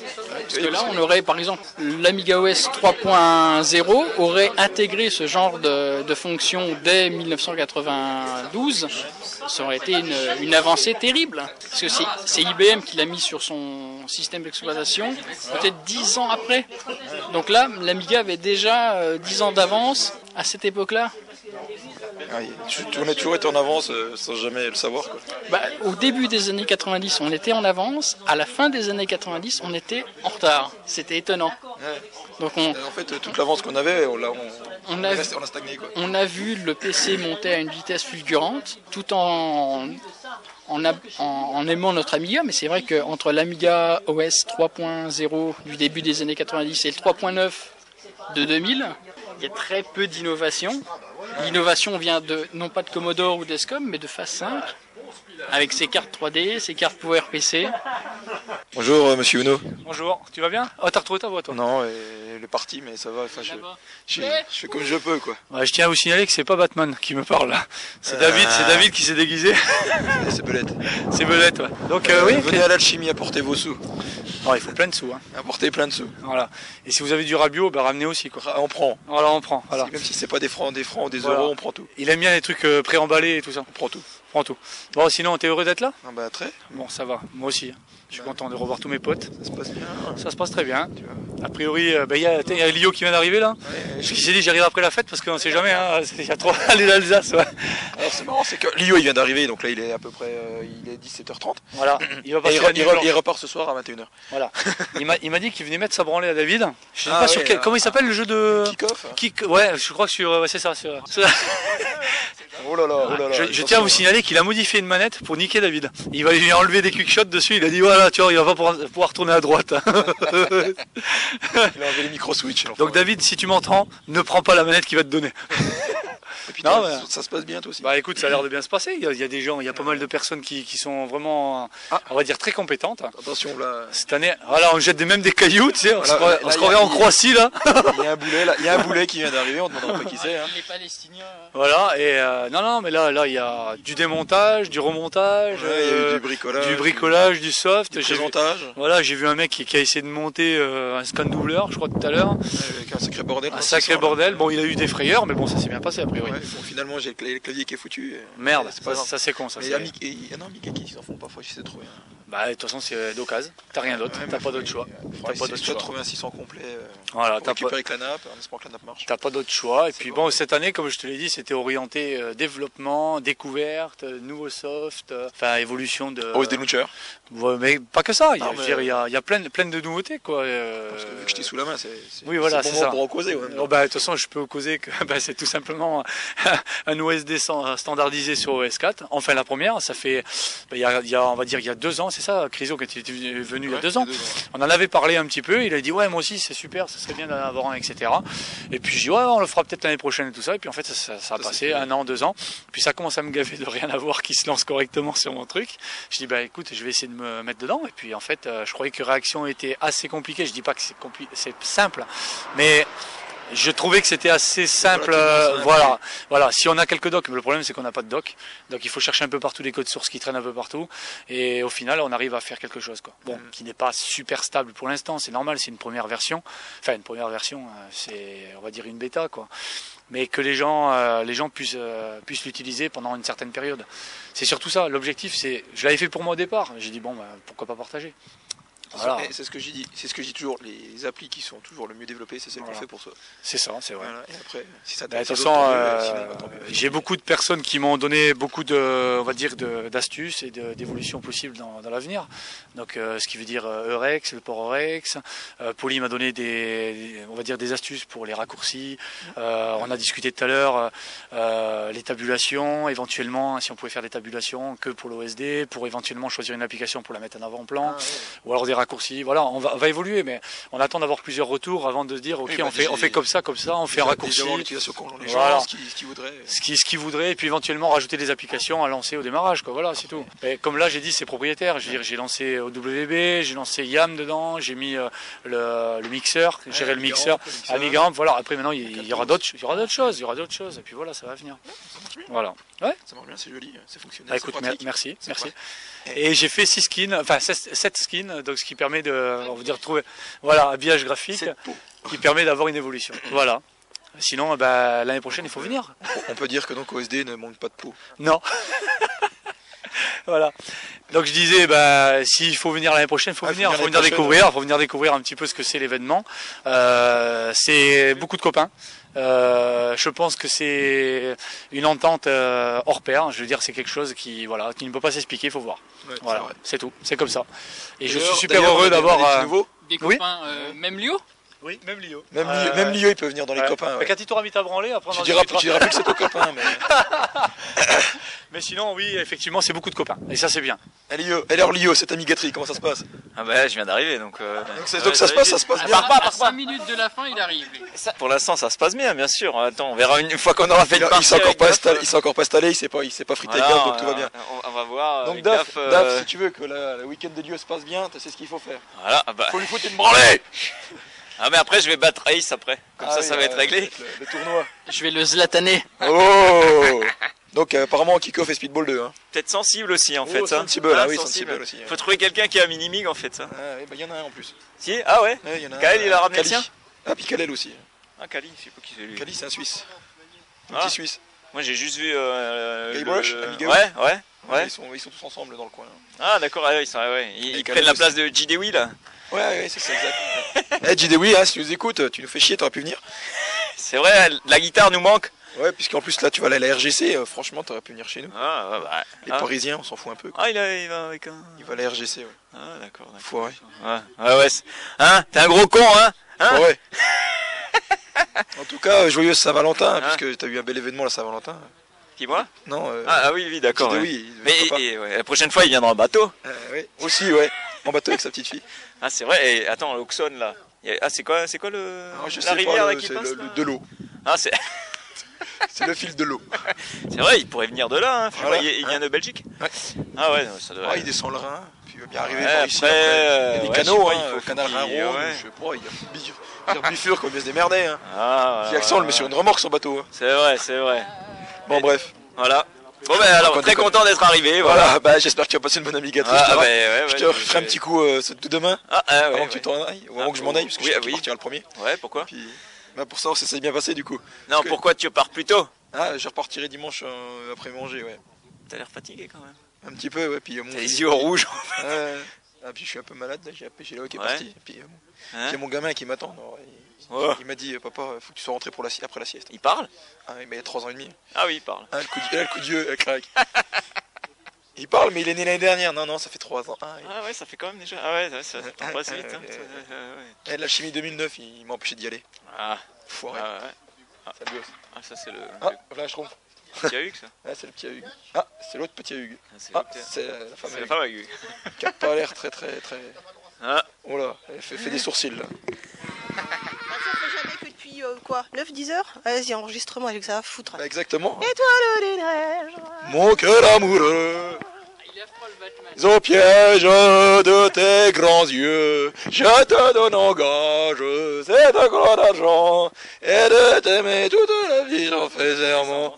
S7: Parce que là, on aurait, par exemple, l'Amiga OS 3.0 aurait intégré ce genre de, de fonction dès 1992. Ça aurait été une, une avancée terrible. Parce que c'est c'est IBM qui l'a mis sur son système d'exploitation, peut-être 10 ans après. Donc là, l'Amiga avait déjà euh, 10 ans d'avance à cette époque-là.
S1: Ah, il- tu- tu- on a toujours été en avance euh, sans jamais le savoir. Quoi.
S7: Bah, au début des années 90, on était en avance. À la fin des années 90, on était en retard. C'était étonnant. Donc on,
S1: Et En fait, euh, toute l'avance qu'on avait, on l'a on,
S7: On
S1: on
S7: a-
S1: est resté- on a stagné. Quoi.
S7: on a vu le PC monter à une vitesse fulgurante, tout en en, ab- en- en aimant notre Amiga. Mais c'est vrai qu'entre l'Amiga OS 3.0 du début des années 90 et le 3.9 de 2000, il y a très peu d'innovation. L'innovation vient de non pas de Commodore ou d'Escom, mais de Phase 5, avec ses cartes 3D, ses cartes PowerPC.
S1: Bonjour, euh, monsieur Uno.
S8: Bonjour, tu vas bien Oh, t'as retrouvé ta voix toi
S1: Non, euh, le parti, mais ça va. enfin, je, je-
S7: Eh
S1: je fais comme je peux. quoi.
S8: Ouais, Je tiens à vous signaler que c'est pas Batman qui me parle là. C'est David, c'est David qui s'est déguisé.
S1: Et C'est belette.
S8: c'est Belette, ouais. Donc, euh, oui.
S1: Venez à l'alchimie, apportez vos sous.
S8: Non, il faut plein de sous. Hein.
S1: Apportez plein de sous.
S8: Voilà. Et si vous avez du rabio, bah, ramenez aussi quoi.
S1: Ah, On prend.
S8: Voilà, on prend. Voilà.
S1: Si- Même si c'est pas des francs, des francs, des
S8: Voilà.
S1: euros, on prend tout.
S8: Il aime bien les trucs euh, pré-emballés et tout ça.
S1: On prend tout.
S8: Prends tout. Bon, sinon, t'es heureux d'être là
S1: Ah bah très, Bah,
S8: Bon, ça va. Moi aussi. hein. Je suis content de revoir tous mes potes.
S1: ça se passe bien.
S8: Ça se passe très bien. hein. A priori, euh, bah, il y a, tiens, il y a Lio qui vient d'arriver là. Parce qu'il s'est dit, j'arrive après la fête parce qu'on sait jamais. hein. Il y a trop les Alsaces. ouais.
S1: Alors c'est marrant, c'est que Lio il vient d'arriver, donc là il est à peu près euh, il est 17h30.
S8: Voilà. Il va
S1: Mm-hmm. Et
S8: passer
S1: il,
S8: la
S1: re-
S8: nuit
S1: il re-
S8: blanche.
S1: il repart ce soir à 21h.
S8: Voilà. Il m'a, il m'a dit qu'il venait mettre sa branlée à David. Je sais
S1: Ah
S8: pas
S1: ouais,
S8: sur quel.
S1: euh,
S8: comment il s'appelle le jeu de.
S1: Kick-off hein.
S8: Kick- Ouais, je crois que sur. euh, ouais, c'est ça. sur-
S1: Oh là là, oh là là.
S8: je, je tiens à vous signaler qu'il a modifié une manette pour niquer David. Il va lui enlever des quick shots dessus. Il a dit voilà, tu vois, il va pas pouvoir, pouvoir tourner à droite.
S1: Il a enlevé les micro-switch.
S8: Donc David, si tu m'entends, ne prends pas la manette qu'il va te donner. non, mais-
S1: ça, ça se passe bien toi aussi.
S8: Bah écoute, ça a l'air de bien se passer. Il y a, il y a des gens, il y a pas mal de personnes qui, qui sont vraiment,
S1: Ah.
S8: on va dire, très compétentes.
S1: Attention là,
S8: Cette année, voilà, on jette des- même des cailloux, tu sais. On se
S1: Voilà,
S8: croirait-
S1: là,
S8: on se
S1: il y a-
S8: croirait en
S1: il y a-
S8: Croatie là.
S1: il y a un boulet là, il y a un boulet qui vient d'arriver, on ne demandera pas qui c'est. hein.
S7: Les Palestiniens.
S8: Voilà, et euh, non, non, mais là, là, il y a du démontage, du remontage,
S1: Ouais, il y a eu
S8: euh,
S1: du bricolage,
S8: du bricolage, du soft.
S1: du
S8: J'ai vu-
S1: présentage,
S8: voilà, j'ai vu un mec qui, qui a essayé de monter euh, un scan doubleur, je crois, tout à l'heure.
S1: avec un sacré bordel.
S8: Un
S1: hein,
S8: sacré
S1: ce soir, là.
S8: bordel. Bon, il a eu des frayeurs, mais bon, ça s'est bien passé, a priori.
S1: Ouais, bon, finalement j'ai le cla- le clavier qui est foutu. et-
S8: Merde,
S1: c'est pas
S8: ça,
S1: grave.
S8: ça, c'est con, ça.
S1: Mais
S8: c'est-
S1: il y a Mickey, il y a- non, Mickey qui s'en font parfois, je sais trouver. hein.
S8: Bah, de toute façon, c'est euh, d'occasion. T'as rien d'autre,
S1: euh, Ouais,
S8: t'as
S1: mais
S8: pas
S1: faut-
S8: d'autre choix.
S1: Il
S8: T'as
S1: faudra
S8: pas
S1: essayer
S8: d'autre
S1: de
S8: choix.
S1: trouver un 600 complet euh,
S8: Voilà,
S1: pour
S8: t'as pas,
S1: récupérer avec la nappe, en espérant que la nappe marche.
S8: t'as pas d'autre choix. Et puis bon, cette année, comme je te l'ai dit, c'était orienté euh, développement, découverte, euh, nouveau soft, euh, enfin évolution de.
S1: Hausse Oh, des launchers.
S8: Ouais, mais pas que ça. Il y a-
S1: Non,
S8: je
S1: mais-
S8: veux dire, il y a, il y a plein, de- plein de nouveautés, quoi. euh,
S1: Parce que vu que je t'ai sous la main, c'est c'est-
S8: oui, voilà,
S1: c'est
S8: c'est
S1: bon moment
S8: ça.
S1: pour en causer. ouais.
S8: Oh, bah, de toute façon, je peux vous causer que bah, c'est tout simplement un OSD sans- standardisé sur OS4. Enfin, la première, ça fait, bah, il y a, il y a, on va dire, il y a deux ans, c'est ça, Criso, quand il était venu venu il y a
S1: Ouais,
S8: deux ans. On en avait parlé un petit peu. Il a dit, ouais, moi aussi, c'est super, ça serait bien d'en avoir un, etc. Et puis, je dis, ouais, on le fera peut-être l'année prochaine et tout ça. Et puis, en fait, ça, ça- ça a
S1: Ça,
S8: passé
S1: c'est
S8: un an, deux ans. Puis, ça commence à me gaver de rien avoir qui se lance correctement sur mon truc. Je dis, bah, écoute, je vais essayer de me mettre dedans. Et puis, en fait, euh, je croyais que réaction était assez compliquée. Je dis pas que c'est compli- c'est simple, mais je trouvais que c'était assez simple.
S1: Relativement
S8: euh,
S1: simple.
S8: voilà, voilà. Si on a quelques docs, mais le problème c'est qu'on n'a pas de docs. Donc il faut chercher un peu partout des codes sources qui traînent un peu partout. Et au final, on arrive à faire quelque chose, quoi. Bon,
S1: Mm.
S8: qui n'est pas super stable pour l'instant. C'est normal, c'est une première version. Enfin, une première version, euh, c'est, on va dire, une bêta, quoi. Mais que les gens, euh, les gens puissent, euh, puissent l'utiliser pendant une certaine période. C'est surtout ça. L'objectif, c'est, je l'avais fait pour moi au départ. J'ai dit bon, bah, pourquoi pas partager. Voilà.
S1: Et C'est ce que j'ai dit. C'est ce que j'ai toujours. Les applis qui sont toujours le mieux développées, c'est celles qu'on
S8: Voilà.
S1: fait pour soi.
S8: C'est ça, c'est vrai.
S1: Voilà. Et après, si ça
S8: Bah, de
S1: t'intéresse,
S8: toute façon,
S1: tant mieux,
S8: euh,
S1: sinon, bah, tant mieux.
S8: j'ai beaucoup de personnes qui m'ont donné beaucoup de, on va dire, de- d'astuces et de- d'évolutions possibles dans, dans l'avenir. Donc, euh, ce qui veut dire euh, Eurex, le port Eurex. Euh, Polly m'a donné des, des- on va dire, des astuces pour les raccourcis. Euh, on a discuté tout à l'heure euh, euh, les tabulations, éventuellement si on pouvait faire des tabulations que pour l'OSD, pour éventuellement choisir une application pour la mettre en avant-plan, ou alors des raccourcis. Voilà, on va, on va évoluer, mais on attend d'avoir plusieurs retours avant de se dire, ok,
S1: Oui, bah,
S8: on fait, on
S1: j'ai-
S8: fait comme ça, comme ça, on fait un
S1: Déjà-
S8: raccourci
S1: déjà voir l'utilisation qu'ont les gens,
S8: Voilà.
S1: ce qu'ils ce euh, qu'ils voudraient.
S8: ce qui, ce qui voudrait, et puis éventuellement rajouter des applications à lancer au démarrage, quoi. Voilà, c'est tout. Et comme là, j'ai dit, c'est propriétaire. Je veux dire, j'ai lancé OWB, j'ai lancé YAM dedans, j'ai mis euh, le, le mixeur, gérer le mixeur, Amigamp. Voilà. Après, maintenant, il, il y aura d'autres, il y aura d'autres choses, il y aura d'autres choses, et puis voilà, ça va venir. Voilà.
S1: Ça marche bien, c'est joli, c'est fonctionnel.
S8: Ah,
S1: c'est
S8: écoute, mer-
S1: pratique.
S8: merci,
S1: C'est
S8: merci. Et j'ai fait six skins, enfin 7 skins, donc ce qui permet de, on va dire, trouver, voilà, habillage graphique, qui permet d'avoir une évolution. Voilà. Sinon, eh ben, l'année prochaine, il faut venir.
S1: On peut dire que donc OSD ne manque pas de peau.
S8: Non. voilà. Donc je disais, bah, s'il faut venir l'année prochaine, il faut
S1: Ah,
S8: venir,
S1: faut
S8: faut venir
S1: venir l'année prochaine,
S8: découvrir, faut venir découvrir un petit peu ce que c'est l'événement. Euh, c'est beaucoup de copains. Euh, je pense que c'est une entente euh, hors pair. Je veux dire, c'est quelque chose qui, voilà, qui ne peut pas s'expliquer. Il faut voir. Voilà, c'est tout. C'est comme ça. Et je suis super heureux d'avoir. euh,
S1: nouveau.
S7: Des
S8: Oui.
S7: copains, euh, même Lio
S8: Oui, même Lio.
S1: Même,
S8: Euh,
S1: Lio- même Lio, il peut venir dans les
S8: ouais.
S1: copains. ouais.
S8: Quand il t'aura mis ta branlée, après on
S1: Tu
S8: en
S1: diras,
S8: discutera.
S1: tu diras plus que c'est aux copains. Mais...
S8: Mais sinon, oui, effectivement, c'est beaucoup de copains. Et ça, c'est bien.
S1: Allez, Lio. Alors, Lio, oh, cette amigatrie, comment ça se passe Ah,
S6: Ah bah, je viens d'arriver, donc. euh,
S1: Donc, ça,
S6: ouais,
S1: donc ça se
S6: va
S1: passe,
S6: être
S1: ça se passe
S7: à,
S1: bien.
S7: à- à cinq minutes de la fin, il arrive. lui.
S6: Ça, Pour l'instant, ça se passe bien, bien sûr. Euh, Attends, on verra une fois qu'on aura fait
S1: Il,
S6: le
S1: a- il
S6: parti
S1: s'est encore
S6: avec
S1: pas
S6: Daf,
S1: installé,
S6: euh,
S1: il s'est encore pas installé, il s'est pas, il s'est pas frité
S6: voilà, euh,
S1: gaffe, donc tout va bien.
S6: on- On va voir.
S1: Donc
S6: avec
S1: Daf,
S6: euh,
S1: Daf, si tu veux que la- le week-end de Lio se passe bien, t'as- c'est ce qu'il faut faire.
S6: Voilà, ah bah.
S1: Faut lui foutre une branlée.
S6: Ah, mais après, je vais battre Ace après. Comme
S1: Ah
S6: ça,
S1: oui,
S6: ça va
S1: euh,
S6: être réglé.
S1: Le, le tournoi.
S7: Je vais le zlataner.
S1: Oh. Donc euh, apparemment kick-off et speedball 2. Hein.
S6: Peut-être sensible aussi, en
S1: Oh,
S6: fait. hein.
S1: sensible, ah
S6: Ah,
S1: oui,
S6: sensible.
S1: sensible aussi. hein.
S6: Faut trouver quelqu'un qui a un mini-mig, en fait, ça.
S1: Ah, oui, bah, il y en a un en plus.
S6: Si, ah ouais.
S1: Ouais, il y en a un,
S6: Kael, il a
S1: euh,
S6: ramené le
S1: Kali.
S6: sien
S1: Ah, puis Kalel aussi.
S6: Ah, Kali, je sais pas qui c'est lui.
S1: Kali, c'est un Suisse. Un
S6: Ah.
S1: petit Suisse.
S6: Moi, j'ai juste vu. euh, le-
S1: Guybrush,
S6: le-
S1: Amigao.
S6: Ouais, ouais. Ouais.
S1: Ils, sont, ils sont tous ensemble dans le coin.
S6: Ah, d'accord, ah, ouais, ils sont, ouais, ouais. Ils,
S1: Et
S6: ils
S1: Kali
S6: prennent la
S1: aussi.
S6: place de JDW, là.
S1: Ouais, ouais, c'est ça, exact. Eh, JD, oui, hein, si tu nous écoutes, tu nous fais chier, t'aurais pu venir.
S6: C'est vrai, la guitare nous manque.
S1: Ouais, puisqu'en plus, là, tu vas aller à la RGC, euh, franchement, t'aurais pu venir chez nous.
S6: Ah, ouais, bah.
S1: Les
S6: ah.
S1: Parisiens, on s'en fout un peu. quoi.
S6: Ah, il, a- il va avec un.
S1: Ils vont à la RGC, ouais.
S6: Ah, d'accord, d'accord.
S1: Foiré.
S6: Ouais, ouais, ouais. c'est- Hein T'es un gros con, hein Hein
S1: ouais. en tout cas, euh, joyeuse Saint-Valentin, hein,
S6: Hein
S1: puisque t'as eu un bel événement, la Saint-Valentin.
S6: Qui, moi
S1: Non, euh,
S6: ah, ah, oui, oui, d'accord.
S1: JD,
S6: ouais.
S1: oui. il-
S6: Mais
S1: il- papa.
S6: et- et, ouais, la prochaine fois, il viendra en bateau.
S1: Euh, ouais. Aussi, ouais. En bateau avec sa petite fille.
S6: Ah, c'est vrai. Et, attends, l'Auxonne, là. Il y a- Ah, c'est quoi, c'est quoi le.
S1: Ah, je
S6: la
S1: sais pas,
S6: rivière, là,
S1: le-
S6: qui
S1: c'est
S6: passe
S1: le-
S6: là
S1: le- de l'eau.
S6: Ah, c'est
S1: C'est le fil de l'eau.
S6: c'est vrai, il pourrait venir de là. Hein. Je
S1: Voilà,
S6: vois, il, il vient de Belgique.
S1: Ouais.
S6: Ah, ouais, non, ça devrait.
S1: Ah, il descend le Rhin, puis il va bien arriver
S6: Ouais,
S1: par ici.
S6: après,
S1: après. Il y a des
S6: euh, ouais, je sais
S1: canaux,
S6: pas,
S1: hein,
S6: il faut-
S1: le canal
S6: faut
S1: Rhin
S6: qu'il-
S1: rond,
S6: ouais.
S1: je sais pas, il y a bifur, il y a bifur qu'on vient se démerder. Hein.
S6: Ah, ouais,
S1: Puis Accent, on
S6: ouais,
S1: le met
S6: ouais.
S1: sur une remorque son bateau. hein.
S6: C'est vrai, c'est vrai.
S1: Bon, bref.
S6: Voilà. Bon, ben alors,
S1: Quand-
S6: très
S1: quand-
S6: content d'être arrivé. Voilà.
S1: Voilà, bah, j'espère que tu as passé une bonne navigatrice.
S6: Ah,
S1: je te,
S6: bah,
S1: ra-
S6: ouais, ouais,
S1: hein. je te
S6: je-
S1: ferai un petit coup euh, ce- demain,
S6: Ah, ah, ouais,
S1: avant
S6: ouais.
S1: que tu t'en ailles, ou avant
S6: Ah,
S1: que je m'en aille, parce que
S6: oui,
S1: je sais
S6: ah,
S1: que
S6: oui.
S1: tu partiras le premier.
S6: Ouais, pourquoi
S1: Puis, bah, pour savoir si ça s'est bien passé du coup.
S6: Non,
S1: que-
S6: pourquoi tu pars plus tôt
S1: Ah, je repartirai dimanche euh, après manger, ouais.
S6: T'as l'air fatigué quand même.
S1: Un petit peu, ouais. Puis, euh, mon...
S6: T'as les yeux rouges.
S1: Ouais. Ah, puis je suis un peu malade, là, j'ai j'ai l'œil qui est
S6: Ouais.
S1: parti. Puis, euh,
S6: Hein
S1: Il y a mon gamin qui m'attend. alors, il-
S6: Ouais.
S1: Il m'a dit, euh, papa, faut que tu sois rentré pour la, si- après la sieste.
S6: Il parle
S1: Ah, mais il a 3 ans et demi.
S6: Ah, oui, il parle.
S1: Ah, le coup de, ah, le coup de vieux, euh, craque. Il parle, mais il est né l'année dernière. Non, non, ça fait 3 ans. Ah,
S6: Ah, ouais, ça fait quand même déjà. Ah, ouais, ça, ça, ça
S1: Ah,
S6: passe
S1: ah,
S6: vite. hein.
S1: ouais.
S6: Ça- ça- ça- ouais.
S1: et la chimie 2009, il, m'a empêché d'y aller.
S6: Ah,
S1: Foiré.
S6: ah, ouais.
S1: ça le gosse.
S6: Ah, ça, c'est le.
S1: Ah, voilà, je trompe.
S6: le petit Hugues, ça.
S1: Ah, c'est le petit Hugues. Ah, c'est l'autre petit Hugues.
S6: Ah, c'est
S1: Ah,
S6: le-
S1: c'est euh, la femme
S6: c'est la
S1: Hugues,
S6: femme à Hugues.
S1: qui a pas l'air très, très, très.
S6: Ah.
S1: Oh là, elle fait, fait des sourcils là.
S9: Ça fait jamais que depuis euh, quoi 9-10 heures Vas-y, enregistrement, j'ai que ça à foutre.
S1: Bah, exactement.
S9: Étoile des neiges.
S1: Mon cœur amoureux.
S7: Il a froid le Batman.
S1: Au piège de tes grands yeux, je te donne en gage, c'est un grand argent, et de t'aimer toute la vie, j'en fais serment.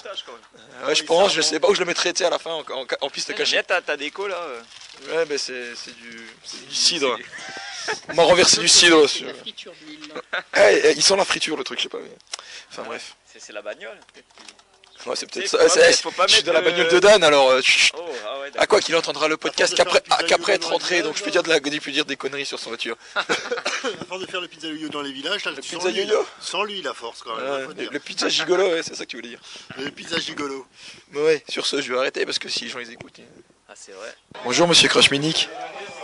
S1: Ouais, je pense, je sais pas où je le mettrai, tu sais, à la fin, en, en- en piste cachée.
S6: J'ai ta, ta déco là. euh.
S1: Ouais, mais c'est c'est du, c'est du cidre. On m'a renversé du cidre.
S7: C'est
S1: sur-
S7: de la friture d'huile.
S1: Eh, eh, il sent la friture, le truc, je sais pas. mais- Enfin, bref.
S6: C'est c'est la bagnole. peut-être.
S1: Ouais, c'est peut-être
S6: Tu sais,
S1: ça.
S6: faut pas
S1: C'est-
S6: mettre- faut pas
S1: je suis
S6: mettre
S1: dans la
S6: le-
S1: bagnole de Dan, alors. euh, chut.
S6: Oh, ah ouais, d'accord.
S1: à quoi qu'il entendra le podcast
S10: faire le
S1: qu'après
S10: pizza
S1: ah, qu'après
S10: Yolo
S1: être
S10: dans les
S1: rentré, donc je peux dire de la, je peux dire des conneries sur sa voiture.
S10: À force de faire le pizza yo dans les villages, là, sans,
S1: pizza
S10: lui,
S1: yo-yo
S10: sans lui, la force quand même. hein,
S1: Euh,
S10: faut
S1: le,
S10: dire.
S1: le pizza gigolo, ouais, c'est ça que tu voulais dire.
S10: Le pizza gigolo.
S1: Mais ouais, sur ce, je vais arrêter parce que si les gens les écoutent. ils-
S6: Ah, c'est vrai.
S1: Bonjour Monsieur Crush Minique.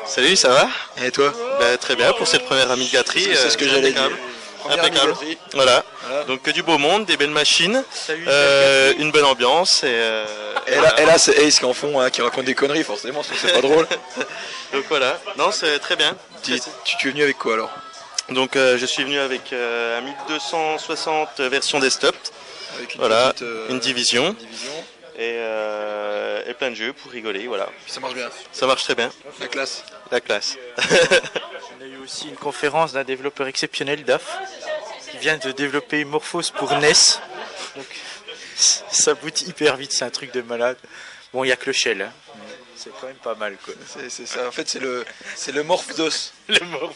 S11: Salut, ça va
S1: Et toi
S11: Bah, Très bien pour cette première amie de gâterie.
S1: C'est ce que j'allais dire. Première
S11: Impeccable.
S1: amigaterie.
S11: Voilà.
S1: Voilà.
S11: Donc que du beau monde, des belles machines,
S4: Salut,
S11: euh, une bonne ambiance et. euh,
S1: Et là,
S11: voilà.
S1: et là c'est Ace qui en font, hein, qui raconte des conneries forcément, sinon c'est pas drôle.
S11: Donc voilà. Non, c'est très bien.
S1: Tu, tu- tu es venu avec quoi alors
S11: Donc euh, je suis venu avec euh, un 1260 version desktop,
S1: Avec une
S11: voilà,
S1: petite, euh,
S11: une division
S1: division.
S11: et, euh, et plein de jeux pour rigoler. Voilà.
S1: Puis ça marche bien.
S11: Ça marche très bien.
S1: La classe.
S11: La classe.
S4: On a eu aussi une conférence d'un développeur exceptionnel, DAF, qui vient de développer Morphos pour NES. Donc, ça boot hyper vite, c'est un truc de malade. Bon, il n'y a que le shell, hein, mais c'est quand même pas mal, quoi.
S1: C'est- c'est ça. En fait, c'est le, c'est le Morph DOS.
S4: Le Morphos.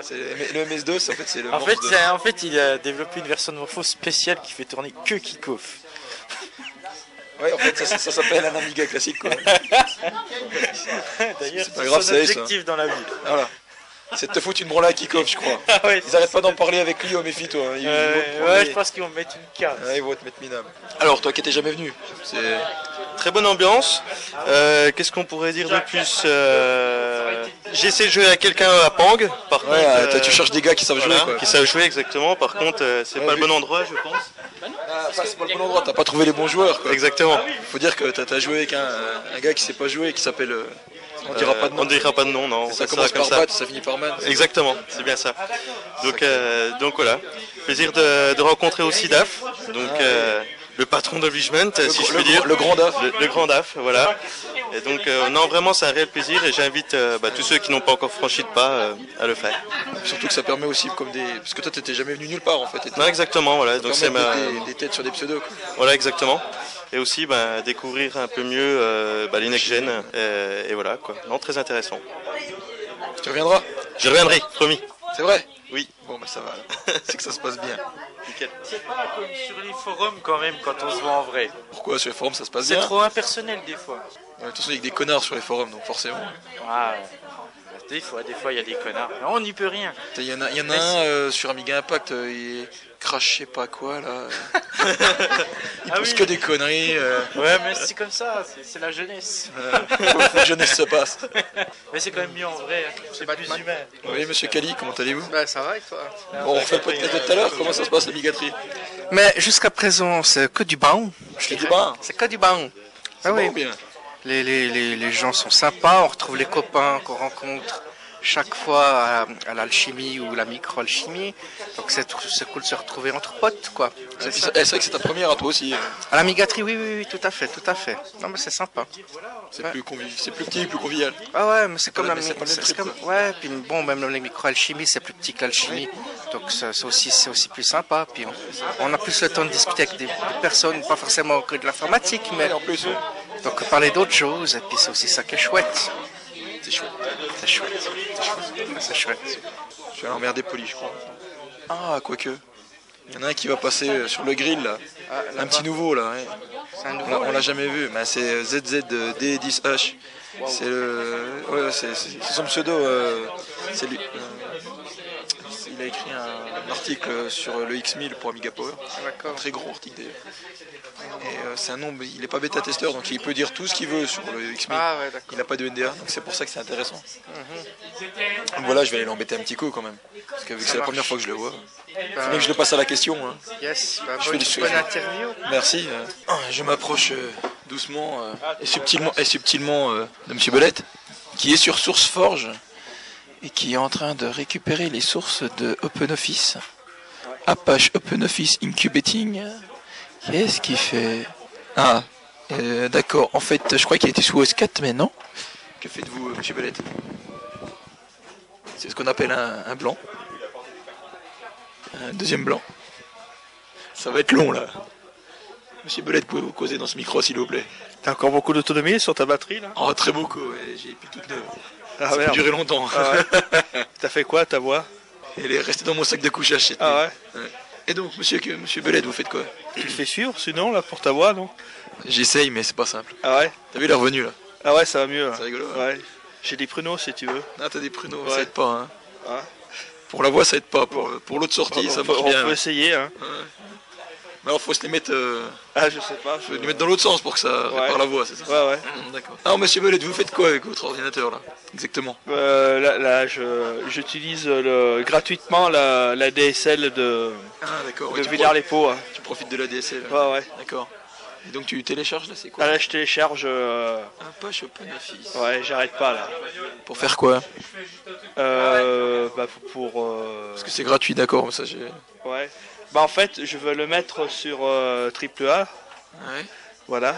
S1: C'est le, le MS DOS. En fait, c'est le
S4: En
S1: Morph
S4: fait,
S1: DOS.
S4: c'est- en fait, il a développé une version de Morphos spéciale qui fait tourner que Kikoff.
S1: Ouais, en fait, ça, ça- ça s'appelle un Amiga classique. Quoi.
S4: D'ailleurs,
S1: c'est pas grave,
S4: son
S1: c'est ça.
S4: objectif dans la vie.
S1: Voilà. C'est de te foutre une branlée à Kikoff, je crois.
S4: Ah ouais,
S1: Ils arrêtent pas d'en parler avec lui, oh méfie-toi. hein. Ils, ils vont te
S4: Euh,
S1: prendre
S4: ouais,
S1: les-
S4: je pense qu'ils vont mettre une carte.
S1: Ouais, ils vont te mettre minable. Alors, toi qui étais jamais venu, c'est
S11: Très bonne ambiance. Euh, Qu'est-ce qu'on pourrait dire de plus Euh, J'ai essayé de jouer à quelqu'un à Pang. Par contre,
S1: Ouais,
S11: euh,
S1: t'as- tu cherches des gars qui savent
S11: voilà,
S1: jouer quoi.
S11: qui savent jouer exactement. Par contre, euh, c'est
S1: Ouais,
S11: pas
S1: vu-
S11: le bon endroit, je pense.
S1: Ah, ça, c'est pas le bon endroit, t'as pas trouvé les bons joueurs quoi.
S11: Exactement.
S1: Faut dire que t'as t'as joué avec un, un gars qui sait pas jouer qui s'appelle. euh, on dira
S11: Euh,
S1: pas de nom.
S11: On dira pas de nom, non. on
S1: Ça
S11: restera
S1: commence
S11: comme
S1: par bat, ça finit par man.
S11: Exactement, c'est bien ça. Donc, euh, donc voilà. Plaisir de, de rencontrer aussi DAF, donc euh, le patron de Vigement, si je
S1: le
S11: puis
S1: gr-
S11: dire.
S1: le grand DAF.
S11: Le, le grand DAF, voilà. Et donc, euh, non, vraiment, c'est un réel plaisir et j'invite euh, bah, tous ceux qui n'ont pas encore franchi de pas euh, à le faire.
S1: Surtout que ça permet aussi comme des. Parce que toi t'étais jamais venu nulle part en fait.
S11: Non, exactement, voilà.
S1: Donc
S11: Donc, c'est ma.
S1: des, des têtes sur des pseudos. quoi.
S11: Voilà, exactement. Et aussi, bah, découvrir un peu mieux euh, bah, les next-gen. euh, et voilà, quoi. Non, très intéressant.
S1: Tu reviendras
S11: Je reviendrai, promis.
S1: C'est vrai
S11: Oui.
S1: Bon bah ça va. alors. C'est que ça se passe bien.
S11: Nickel.
S4: C'est pas comme sur les forums quand même quand on se voit en vrai.
S1: Pourquoi sur les forums ça se passe
S4: C'est
S1: bien
S4: trop impersonnel des fois.
S1: Ouais, De toute façon, il y a que des connards sur les forums donc forcément.
S4: Ah, des fois, des fois, il y a des connards. Non, on n'y peut rien.
S1: Il y en a, y en a un euh, sur Amiga Impact, euh, il est crash, je sais pas quoi là. euh. il
S4: Ah
S1: pousse
S4: oui.
S1: que des conneries. euh,
S4: Ouais, mais c'est comme ça, c'est c'est la jeunesse.
S1: euh, faut que la jeunesse se passe.
S4: Mais c'est quand même mieux en vrai, hein. c'est plus humain.
S1: Oui, monsieur Kali, comment allez-vous
S2: Bah, ça va et toi
S1: Bon, on fait le podcast de tout à l'heure, comment ça se passe l'amigaterie
S2: Mais jusqu'à présent, c'est que du bon.
S1: Je te dis pas, hein.
S2: C'est que du bon. Ah
S1: Bon,
S2: oui,
S1: bien.
S2: les, les, les, les gens sont sympas, on retrouve les copains qu'on rencontre chaque fois à, à l'alchimie ou la micro-alchimie. Donc c'est tr- c'est cool de se retrouver entre potes, quoi.
S1: Et
S2: C'est
S1: puis,
S2: ça.
S1: ça- eh, C'est vrai que c'est ta première à toi aussi. euh.
S2: À la migaterie, oui, oui, oui, tout à fait, tout à fait. Non, mais c'est sympa.
S1: C'est
S2: Ouais.
S1: plus, conviv... c'est plus petit, plus convivial.
S2: Ah ouais, mais c'est comme
S1: Ouais,
S2: la
S1: mais
S2: mi-
S1: c'est pas le même
S2: c'est
S1: truc,
S2: comme- Ouais, puis bon, même les micro-alchimies, c'est plus petit que l'alchimie. Donc ça- c'est aussi, c'est aussi plus sympa. Puis on, on a plus le temps de discuter avec des, des personnes, pas forcément que de l'informatique, mais
S1: Et en plus, hein. ouais,
S2: donc parler d'autres choses. Et puis c'est aussi ça qui est chouette.
S1: c'est chouette.
S2: C'est chouette. C'est chouette. Ouais, C'est chouette.
S1: Je vais aller emmerder Poli, je crois. Ah, quoique. Il y en a un qui va passer euh, sur le grill là. un petit nouveau là. ouais.
S2: C'est un
S1: On
S2: nouveau.
S1: l'a- on l'a jamais vu, mais c'est euh, ZZD10H. C'est le. ouais, c'est c'est- c'est son pseudo. euh, c'est lui. euh, c'est- il a écrit un, un article euh, sur le X1000 pour Amiga Power. Un très gros article d'ailleurs. Et euh, c'est un nom, il n'est pas bêta testeur, donc il peut dire tout ce qu'il veut sur le X1000.
S2: Ah ouais, d'accord. Mhm.
S1: Il n'a pas de NDA, donc c'est pour ça que c'est intéressant. Donc Voilà, je vais aller l'embêter un petit coup quand même. Parce que vu que c'est la première fois que je le vois, il
S2: Ben,
S1: faut bien que je le passe à la question. hein.
S2: Yes, bah,
S1: Je fais
S2: bonne,
S1: des sous-
S2: bonne interview.
S1: Merci. euh. Je m'approche euh, doucement euh, et subtilement, et subtilement euh, de Monsieur Belette, qui est sur SourceForge et qui est en train de récupérer les sources de OpenOffice. Apache OpenOffice Incubating. Qu'est-ce qu'il fait Ah, euh, d'accord. En fait, je crois qu'il était sous OS 4, mais non. Que faites-vous, euh, Monsieur Belette C'est ce qu'on appelle un, un blanc. Un deuxième blanc. Ça va être long, là. Monsieur Belette, pouvez-vous causer dans ce micro, s'il vous plaît
S11: T'as encore beaucoup d'autonomie sur ta batterie là
S1: Oh, très beaucoup, ouais, j'ai plus toute neuve.
S11: Ah
S1: ça peut durer longtemps.
S11: T'as fait quoi ta voix
S1: Elle est restée dans mon sac de couchage cette nuit.
S11: Ah ouais
S1: Ouais. Et donc, monsieur, que- monsieur Beled, vous faites quoi
S12: Tu le fais suivre, sinon, là, pour ta voix, non
S1: J'essaye, mais c'est pas simple.
S12: Ah ouais
S1: T'as vu, il est revenu, là.
S12: Ah ouais, ça va mieux.
S1: C'est rigolo. hein.
S12: Ouais. J'ai des pruneaux, si tu veux.
S1: Ah, t'as des pruneaux,
S12: ouais.
S1: ça aide pas. Hein.
S12: Hein
S1: Pour la voix, ça aide pas. Pour, pour l'autre sortie,
S12: Ah, On
S1: ça
S12: peut-
S1: marche
S12: on
S1: bien.
S12: peut essayer, hein.
S1: Ouais. Mais alors, faut se les mettre. euh,
S12: Ah, je sais pas.
S1: faut les mettre dans l'autre sens pour que ça
S12: Ouais.
S1: répare la voix, c'est ça Mmh,
S12: Ouais, ouais.
S1: D'accord. Alors, monsieur Beled, vous faites quoi avec votre ordinateur, là Exactement.
S12: Euh, là, là, je- j'utilise le- gratuitement la, la DSL de,
S1: Ah, d'accord.
S12: de
S1: ouais, tu
S12: Villars-les-Paux. hein.
S1: Tu profites de la DSL.
S12: Ouais, ouais.
S1: D'accord. Et donc, tu télécharges, là, c'est quoi
S12: Ah, là, je télécharge. euh,
S1: Un poche open office.
S12: Ouais, j'arrête pas là.
S1: Pour faire quoi
S12: Euh, bah, pour. euh,
S1: Parce que c'est gratuit, d'accord, mais ça, j'ai.
S12: Ouais. Bah en fait, je veux le mettre sur euh, AAA.
S1: Ouais.
S12: Voilà.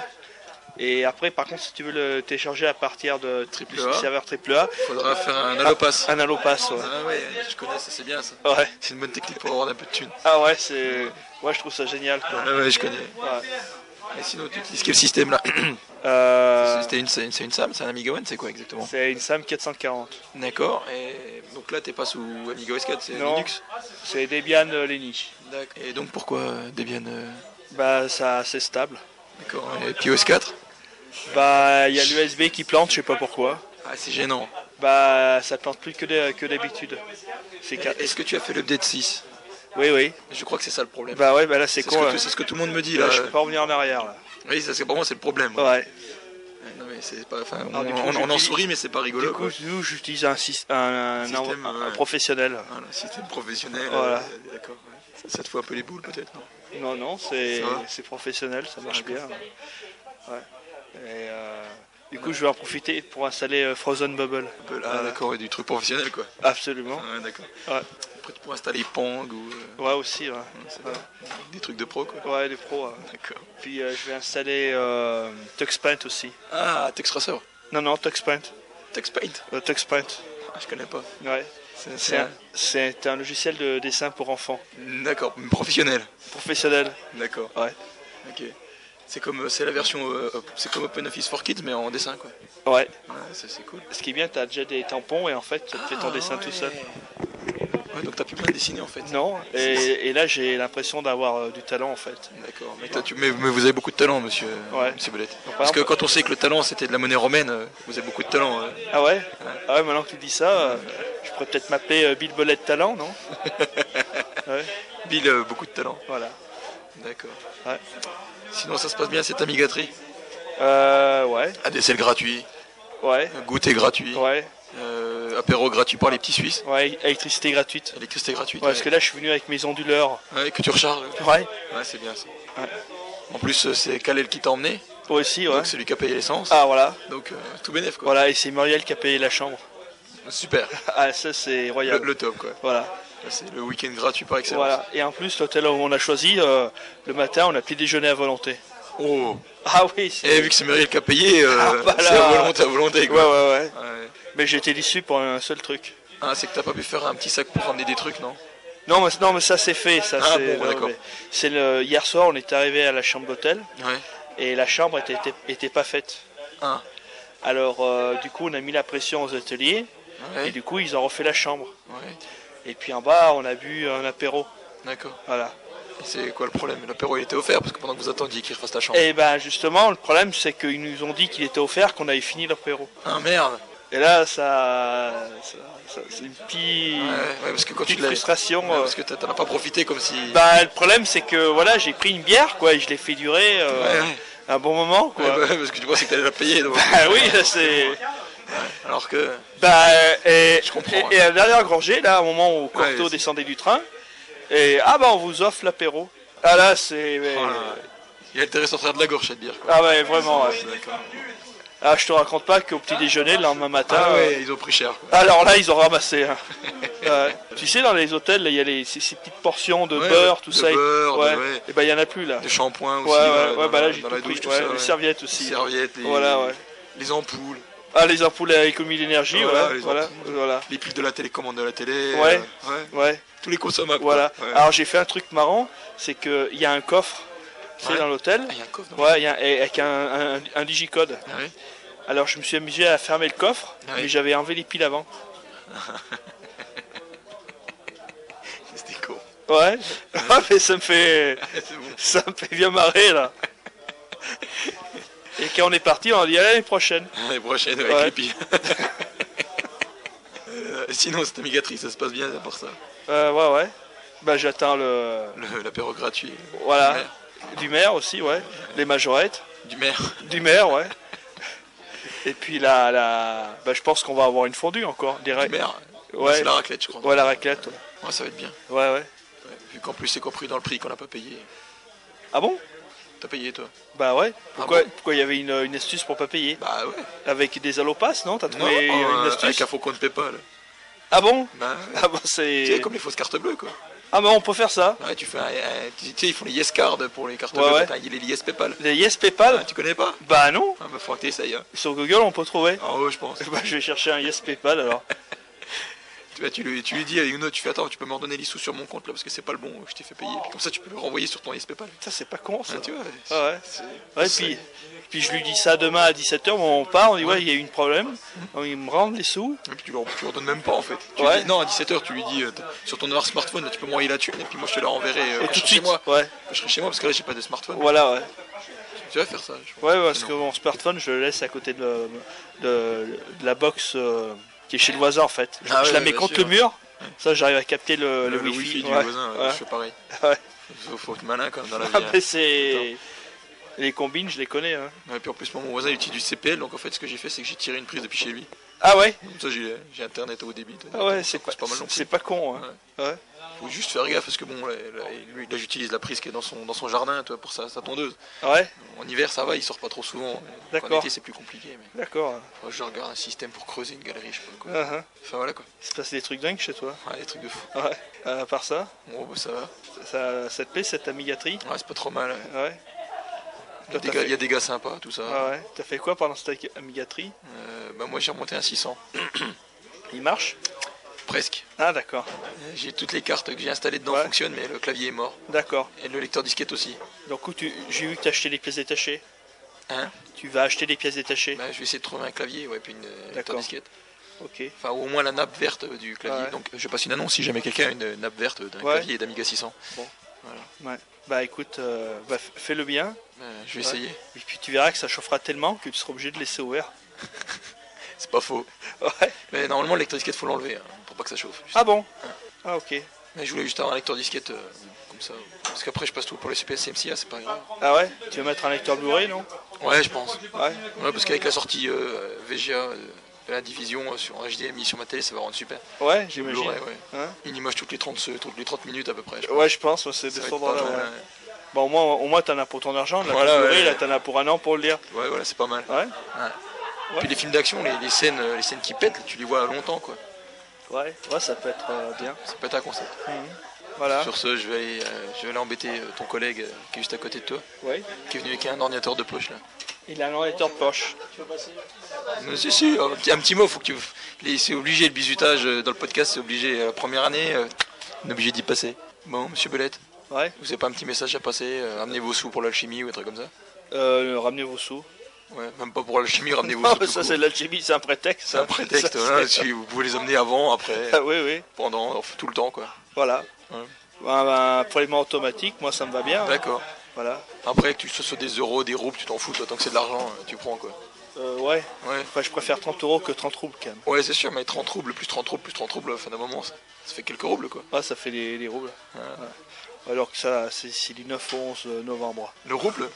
S12: Et après, par contre, si tu veux le télécharger à partir de du
S1: AAA.
S12: serveur AAA,
S1: Faudra faire un allopass.
S12: Un allopass, ouais.
S1: Ah ouais, je connais, ça c'est bien ça.
S12: Ouais.
S1: C'est une bonne technique pour avoir un peu de thunes.
S12: Ah ouais, c'est. Ouais, je trouve ça génial. quoi.
S1: Ah ouais, je connais.
S12: Ouais.
S1: Et sinon, tu utilises quel système là
S12: Euh,
S1: C'était une, c'est une, c'est une SAM, c'est un Amiga One, c'est quoi exactement
S12: C'est une SAM 440.
S1: D'accord, et donc là t'es pas sous Amiga OS 4, c'est
S12: Non.
S1: Linux
S12: C'est Debian euh, Lenny.
S1: Et donc pourquoi euh, Debian euh,
S12: Bah, ça, c'est stable.
S1: D'accord. Et puis OS 4
S12: Bah, il y a l'USB qui plante, je sais pas pourquoi.
S1: Ah, c'est gênant.
S12: Bah, ça plante plus que d'hab- que d'habitude. C'est
S1: Et- Est-ce que tu as fait l'update 6
S12: Oui, oui.
S1: Je crois que c'est ça le problème.
S12: Bah ouais, bah là c'est
S1: C'est
S12: con.
S1: ce que
S12: là.
S1: tout- c'est ce que tout le monde me dit, là.
S12: Je peux pas revenir en arrière là.
S1: Oui, ça, c'est pour moi c'est le problème.
S12: Ouais.
S1: Non, mais c'est pas. Enfin, on,
S12: Alors, du coup,
S1: on- on en
S12: j'utilise-
S1: sourit, mais c'est pas rigolo.
S12: Du
S1: quoi.
S12: coup, nous, j'utilise un, syst- un, un-
S1: Système, euh,
S12: un- un
S1: ouais.
S12: professionnel.
S1: Voilà, système professionnel.
S12: Voilà.
S1: euh, D'accord. ouais. Ça, ça te fout un peu les boules peut-être
S12: Non,
S1: non
S12: non, c'est
S1: Ça va
S12: c'est professionnel, ça marche bien.
S1: D'accord.
S12: Ouais. Et, euh, du coup, je vais en profiter pour installer euh, Frozen Bubble.
S1: Ah,
S12: Voilà.
S1: d'accord, et du truc professionnel quoi.
S12: Absolument.
S1: Ouais, d'accord.
S12: Ouais.
S1: Après, tu pourras installer Pang ou
S12: Ouais, aussi. Ouais,
S1: euh, des trucs de pro quoi.
S12: ouais les pros. ouais.
S1: D'accord.
S12: Puis euh, je vais installer euh, TuxPaint aussi.
S1: Ah, TextRacer
S12: Non, non, TuxPaint.
S1: TextPaint
S12: Euh, TuxPaint.
S1: ah, Je connais pas.
S12: Ouais.
S1: C'est-
S12: C'est un, c'est un logiciel de dessin pour enfants.
S1: D'accord, professionnel.
S12: Professionnel.
S1: D'accord.
S12: Ouais.
S1: Ok. C'est comme euh, c'est la version euh, op- c'est comme OpenOffice for Kids mais en dessin quoi.
S12: Ouais.
S1: Ouais, ça, c'est cool. Ah,
S12: Ce qui est bien, t'as déjà des tampons et en fait, ça te fait ton dessin tout seul.
S1: Ouais, donc t'as plus besoin de dessiner en fait.
S12: Non, et, et là, j'ai l'impression d'avoir euh, du talent en fait.
S1: D'accord. Mais, t'as- tu- mais- mais vous avez beaucoup de talent monsieur
S12: Ouais.
S1: monsieur Belette.
S12: par
S1: Parce que
S12: exemple-
S1: quand on sait que le talent c'était de la monnaie romaine, euh, vous avez beaucoup de talent. euh.
S12: Ah ouais Ah ouais, maintenant que tu dis ça, euh, je pourrais peut-être m'appeler euh, Bill Bolette Talent, non Ouais,
S1: Bill, euh, beaucoup de talent.
S12: voilà.
S1: D'accord.
S12: Ouais.
S1: Sinon, ça se passe bien cette amigatrie
S12: Euh, ouais,
S1: ADSL gratuit,
S12: ouais,
S1: goûter gratuit,
S12: ouais,
S1: euh, apéro gratuit par les petits Suisses,
S12: ouais, électricité gratuite.
S1: électricité gratuite.
S12: Ouais, parce que là, je suis venu avec mes onduleurs.
S1: Ouais, que tu recharges.
S12: Ouais,
S1: Ouais, c'est bien ça.
S12: Ouais.
S1: En plus, euh, c'est Kalel qui t'a emmené,
S12: toi aussi, ouais.
S1: donc c'est lui qui a payé l'essence.
S12: Ah voilà,
S1: Donc, euh, tout bénef quoi.
S12: voilà, et c'est Muriel qui a payé la chambre.
S1: Super,
S12: Ah, ça, c'est
S1: le,
S12: royal.
S1: le top quoi.
S12: Voilà.
S1: Là, C'est le week-end gratuit par excellence.
S12: Voilà, et en plus, l'hôtel où on a choisi, euh, le matin, on a petit déjeuner à volonté.
S1: Oh,
S12: Ah oui, c'est-
S1: et vu que c'est Muriel qui a payé, euh,
S12: Ah, bah
S1: c'est à
S12: là.
S1: volonté, à volonté
S12: Ouais,
S1: quoi.
S12: ouais, ouais.
S1: Ouais.
S12: Mais j'ai été déçu pour un seul truc.
S1: Ah, c'est que t'as pas pu faire un petit sac pour ramener des trucs, non
S12: Non, mais, non, mais ça c'est fait. Ça,
S1: Ah
S12: c'est,
S1: bon,
S12: non,
S1: d'accord.
S12: mais c'est le, hier soir, on est arrivé à la chambre d'hôtel
S1: Ouais.
S12: et la chambre était, était, était pas faite.
S1: Ah.
S12: Alors, euh, du coup, on a mis la pression aux hôteliers
S1: Ouais.
S12: et du coup, ils ont refait la chambre.
S1: Ouais.
S12: Et puis en bas, on a bu un apéro.
S1: D'accord.
S12: Voilà.
S1: C'est quoi le problème L'apéro il était offert parce que pendant que vous attendiez qu'il refasse la chambre.
S12: Et ben justement, le problème c'est qu'ils nous ont dit qu'il était offert qu'on avait fini l'apéro.
S1: Ah merde
S12: Et là, ça, ça, ça- c'est une petite,
S1: Ouais, ouais, parce que quand tu
S12: petite
S1: l'as.
S12: frustration.
S1: Ouais,
S12: euh.
S1: parce que t'en t'en as pas profité comme si.
S12: Bah, le problème c'est que voilà, j'ai pris une bière quoi et je l'ai fait durer euh,
S1: Ouais, ouais.
S12: un bon moment
S1: Ouais,
S12: quoi.
S1: bah, ouais, parce que tu pensais que t'allais la payer. donc.
S12: Bah oui, là, c'est.
S1: Alors que.
S12: Bah, euh, et,
S1: Je comprends,
S12: et, et à la dernière gorgée, là, au moment où Corto
S1: Ouais, c'est-
S12: descendait du train, et ah bah on vous offre l'apéro. Ah là, c'est. mais-
S1: Oh là là. Il a intérêt de sortir de la gorge cette bière. Quoi.
S12: Ah ouais, vraiment. ouais.
S1: D'accord.
S12: Ah, je te raconte pas qu'au petit déjeuner, le lendemain matin.
S1: Ah
S12: euh,
S1: ouais, ils ont pris cher. Quoi.
S12: Alors là, ils ont ramassé. hein. Ouais. tu sais, dans les hôtels, là, il y a les, ces, ces petites portions de
S1: Ouais,
S12: beurre, tout
S1: de
S12: ça.
S1: beurre, de-
S12: ouais.
S1: ouais.
S12: Et bah, il y en a plus là.
S1: Des shampoings aussi.
S12: ouais,
S1: voilà,
S12: ouais,
S1: dans
S12: ouais, bah
S1: la-
S12: là, j'ai
S1: dans
S12: tout
S1: la
S12: pris.
S1: douche, tout
S12: ouais,
S1: ça.
S12: les
S1: ouais.
S12: serviettes
S1: Les
S12: aussi.
S1: serviettes, les,
S12: Voilà, ouais.
S1: les ampoules,
S12: Ah, les ampoules à économie d'énergie,
S1: Voilà,
S12: ouais,
S1: les
S12: voilà,
S1: ampoules.
S12: voilà,
S1: les pubs de la télécommande de la télé.
S12: Ouais.
S1: euh, ouais.
S12: ouais.
S1: Tous les consommables. quoi.
S12: Voilà.
S1: Ouais.
S12: Alors j'ai fait un truc marrant, c'est que il y a un coffre, tu sais,
S1: Ouais.
S12: dans l'hôtel.
S1: Ah, il y a un coffre dans
S12: Ouais, il y a un- et- avec un, un- un digicode.
S1: Ah ouais.
S12: Alors je me suis amusé à fermer le coffre,
S1: Ah oui.
S12: mais j'avais enlevé les piles avant.
S1: C'était con.
S12: Ouais. Ah, mais ça me fait. Ça me fait bien marrer, là. Et quand on est parti, on a dit à l'année prochaine.
S1: L'année prochaine avec
S12: Ouais.
S1: Lippy. Euh, sinon, cette amigatrice, ça se passe bien à part ça.
S12: Euh, ouais, ouais. Bah, j'attends le.
S1: L'apéro gratuit.
S12: Voilà.
S1: Du maire.
S12: Du maire aussi, ouais. Les majorettes.
S1: Du maire.
S12: Du maire, ouais. Et puis là, là bah, je pense qu'on va avoir une fondue encore, direct.
S1: Du maire.
S12: Ouais.
S1: C'est la raclette, je crois.
S12: Ouais, la raclette. ouais.
S1: Ouais, ça va être bien.
S12: Ouais, ouais.
S1: Vu qu'en plus, c'est compris dans le prix qu'on n'a pas payé.
S12: Ah bon
S1: T'as payé, toi
S12: Bah ouais. Pourquoi
S1: Ah
S12: pourquoi il y avait une, une astuce pour pas payer
S1: Bah ouais.
S12: Avec des allopass, non T'as
S1: Non,
S12: trouvé
S1: euh,
S12: une astuce
S1: avec un faux compte PayPal.
S12: Ah bon
S1: Bah, ouais.
S12: Ah bah c'est.
S1: Tu sais, comme les fausses cartes bleues, quoi.
S12: Ah mais on peut faire ça.
S1: Ouais, tu fais un- un- tu tu sais, ils font les yes cards pour les cartes
S12: Ouais,
S1: bleues.
S12: ouais.
S1: Attends, Il y a les yes PayPal. Ah,
S12: Les Yes PayPal
S1: Tu connais pas
S12: Bah non
S1: Ah, bah, faudra que t'essayes. hein.
S12: Sur Google on peut trouver
S1: Ah ouais, je pense.
S12: Bah je vais chercher un Yes PayPal alors.
S1: Tu, vois, tu lui, tu lui dis à Youno, tu fais attends, tu peux me redonner les sous sur mon compte là parce que c'est pas le bon, euh, je t'ai fait payer. Puis comme ça, tu peux le renvoyer sur ton yes PayPal.
S12: Ça, c'est pas con ça.
S1: tu vois,
S12: Ah ouais. Ouais, puis, puis je lui dis ça demain à 17h, on part, on dit ouais, il y a eu un problème, Donc, il me rend les sous.
S1: Et puis tu leur, tu leur donnes même pas en fait. Tu
S12: Ouais.
S1: lui dis- non, à 17h, tu lui dis euh, t- sur ton noir smartphone, là, tu peux m'envoyer la thune et puis moi je te la renverrai euh,
S12: Et
S1: quand
S12: tout
S1: je
S12: de
S1: serai chez
S12: suite,
S1: moi.
S12: ouais.
S1: Quand je serai chez moi parce que là, j'ai pas de smartphone.
S12: Voilà, ouais.
S1: Tu vas faire ça. je-
S12: Ouais, parce que mon smartphone, je le laisse à côté de, de- de la box euh, qui est chez le voisin en fait. Je,
S1: Ah
S12: je
S1: ouais,
S12: la mets
S1: bien
S12: contre
S1: sûr.
S12: le mur, ça j'arrive à capter le,
S1: Le, le
S12: wifi.
S1: wifi du
S12: ouais,
S1: voisin, ouais,
S12: ouais.
S1: je fais pareil.
S12: Ouais.
S1: Faut, faut être malin quand même dans la vie.
S12: Ah,
S1: hein.
S12: mais c'est. Les combines, je les connais. hein.
S1: Et puis en plus, moi, mon voisin il utilise du CPL, donc en fait, ce que j'ai fait, c'est que j'ai tiré une prise depuis chez lui.
S12: Ah ouais
S1: Comme ça, j'ai j'ai internet au débit.
S12: Ah ouais,
S1: Donc,
S12: c'est
S1: ça
S12: pas,
S1: coûte mal non plus.
S12: c'est pas con. hein. Ouais.
S1: Faut juste faire gaffe parce que bon, là, là, lui, là, j'utilise la prise qui est dans son, dans son jardin toi, pour sa, sa tondeuse.
S12: Ah Ouais.
S1: En hiver, ça va, il sort pas trop souvent.
S12: D'accord.
S1: En été, c'est plus compliqué. Mais...
S12: D'accord.
S1: Faut que je regarde un système pour creuser une galerie, je sais pas quoi.
S12: Uh-huh.
S1: Enfin voilà quoi.
S12: Il se passe des trucs dingues chez toi.
S1: Ouais, des trucs de fou.
S12: Ouais. Euh, à part ça
S1: Bon, bah, ça va.
S12: Ça, ça te plaît cette amigatrie
S1: Ouais, c'est pas trop mal.
S12: Ouais.
S1: Il y
S12: Toi,
S1: a des
S12: t'as
S1: gars-
S12: fait-
S1: il y a des gars sympas, tout ça.
S12: Ah ouais. T'as fait quoi pendant cette amigatrie
S1: Euh, bah, moi, j'ai remonté un 600.
S12: Il marche
S1: Presque.
S12: Ah d'accord.
S1: J'ai toutes les cartes que j'ai installées dedans fonctionnent, mais le clavier est mort.
S12: D'accord.
S1: Et le lecteur disquette aussi.
S12: Donc où tu... j'ai vu que t'as acheté des pièces détachées.
S1: Hein
S12: Tu vas acheter des pièces détachées.
S1: Bah, je vais essayer de trouver un clavier, ouais, puis une euh, lecteur
S12: D'accord.
S1: disquette.
S12: Ok.
S1: Enfin, ou au moins la nappe verte euh, du clavier.
S12: Ouais.
S1: Donc, euh, je passe une annonce si jamais quelqu'un a une euh, nappe verte d'un
S12: Ouais.
S1: clavier d'Amiga 600.
S12: Bon.
S1: Voilà.
S12: Ouais. Bah écoute, euh, bah, f- fais-le bien.
S1: Euh, je vais
S12: Ouais.
S1: essayer.
S12: Et puis tu verras que ça chauffera tellement que tu seras obligé de laisser ouvert.
S1: C'est pas faux.
S12: Ouais.
S1: Mais normalement, le lecteur disquette, faut l'enlever hein, pour pas que ça chauffe.
S12: Ah bon Ah ok.
S1: Mais je voulais juste avoir un lecteur disquette euh, comme ça. Parce qu'après, je passe tout pour le CPS CMCA, c'est pas grave.
S12: Ah ouais Tu veux mettre un lecteur Blu-ray non
S1: Ouais, je pense.
S12: Ouais.
S1: Ouais, parce qu'avec la sortie euh, VGA euh, de la division euh, sur en HDMI sur ma télé, ça va rendre super.
S12: Ouais, j'imagine.
S1: Blu-ray, ouais.
S12: Hein
S1: Une image toutes les 30, se- toutes les 30 minutes à peu près. je pense.
S12: Ouais, je pense, ouais, c'est
S1: Ça
S12: de
S1: va
S12: cet
S1: être
S12: ordre-là.
S1: pas mal,
S12: ouais. Bah, au moins, au moins t'en as pour ton argent. Là,
S1: Voilà,
S12: t'as pleuré,
S1: ouais.
S12: là t'en as pour un an pour le lire.
S1: Ouais, voilà, c'est pas mal.
S12: Ouais.
S1: Ouais. Puis les films d'action, les, les scènes, euh, les scènes qui pètent, tu les vois longtemps, quoi.
S12: Ouais, Mhm. ouais, ça peut être euh, bien.
S1: Ça peut être un concept.
S12: Voilà.
S1: Sur ce, je vais aller, euh, je vais aller embêter euh, ton collègue euh, qui est juste à côté de toi,
S12: Ouais.
S1: qui est venu avec un ordinateur de poche là.
S12: Il a un ordinateur de poche.
S1: Mais Euh, si, si, un petit, un petit mot, faut que tu. les- C'est obligé le bizutage euh, dans le podcast, c'est obligé. euh, première année, euh, on est obligé d'y passer. Bon, monsieur Belette,
S12: Ouais.
S1: vous avez pas un petit message à passer euh, Amenez vos sous pour l'alchimie ou un truc comme ça
S12: Euh, ramenez vos sous.
S1: Ouais, même pas pour l'alchimie, ramenez vos
S12: Non,
S1: sous.
S12: mais
S1: tout
S12: ça
S1: court.
S12: c'est de l'alchimie, c'est un prétexte.
S1: C'est un prétexte,
S12: Ça,
S1: voilà,
S12: c'est-
S1: si vous pouvez les emmener avant, après,
S12: Ah, oui, oui.
S1: pendant, enfin, tout le temps quoi.
S12: Voilà.
S1: Ouais.
S12: Bah, bah, pour les mains automatiques, moi ça me va bien. hein.
S1: D'accord.
S12: Voilà.
S1: Après que tu ce soit des euros, des roubles, tu t'en fous, toi, tant que c'est de l'argent, euh, tu prends quoi.
S12: Euh, ouais.
S1: Ouais.
S12: Enfin, je préfère 30 euros que 30 roubles quand même.
S1: Ouais, c'est sûr, mais 30 roubles, plus 30 roubles, plus 30 roubles, fin d'un moment, ça, ça fait quelques roubles quoi.
S12: Ah, ça fait les, les roubles. Ouais. Alors que ça, c'est c'est du 9 au 11 euh, novembre.
S1: Le rouble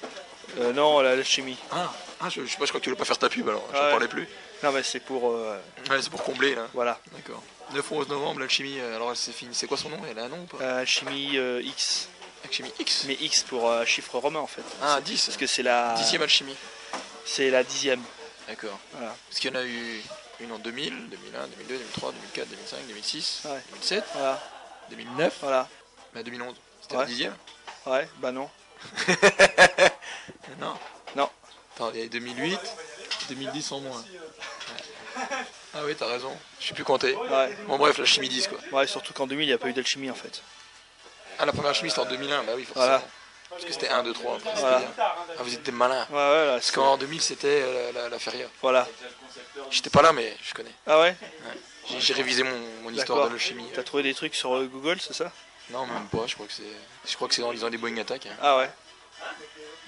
S12: Euh, non, la- l'alchimie.
S1: Ah, ah, je, je sais pas, je crois que tu voulais pas faire ta pub alors, j'en
S12: Ouais.
S1: parlais plus.
S12: Non, mais c'est pour. euh,
S1: Ouais, c'est pour combler là.
S12: Voilà.
S1: D'accord. 9 au 11 novembre, l'alchimie, euh, alors elle s'est finie. C'est quoi son nom Elle a un nom ou pas
S12: Euh, Alchimie euh, X.
S1: Alchimie X
S12: Mais X pour euh, chiffre romain en fait.
S1: Ah,
S12: C'est-
S1: 10.
S12: Parce que c'est la.
S1: Dixième alchimie.
S12: C'est la dixième.
S1: D'accord.
S12: Voilà.
S1: Parce qu'il y en a eu une en 2000, 2001, 2002, 2003, 2004, 2005, 2006,
S12: Ouais.
S1: 2007,
S12: Voilà.
S1: 2009.
S12: Voilà.
S1: Mais 2011, c'était
S12: Ouais.
S1: la dixième
S12: Ouais, bah non.
S1: Non.
S12: Non.
S1: Attends, il y a 2008, 2010 en moins. Ah oui, t'as raison. Je suis plus compté.
S12: Ouais.
S1: Bon, bref, l'alchimie 10 quoi.
S12: Ouais, surtout qu'en 2000, il n'y a pas eu d'alchimie en fait.
S1: Ah, la première alchimie c'était en 2001, bah oui, forcément.
S12: Voilà.
S1: Parce que c'était 1, 2, 3. Après,
S12: Voilà.
S1: c'était bien. Ah, vous étiez malin.
S12: Ouais, ouais, là,
S1: Parce
S12: c'est-
S1: qu'en 2000, c'était euh, la, la, la feria.
S12: Voilà.
S1: J'étais pas là, mais je connais.
S12: Ah ouais
S1: Ouais. J'ai- J'ai révisé mon, mon histoire
S12: D'accord.
S1: de l'alchimie.
S12: T'as trouvé des trucs sur euh, Google, c'est ça
S1: Non, même pas. Je crois que c'est. Je crois que c'est dans, dans les Boeing Attack. hein.
S12: Ah ouais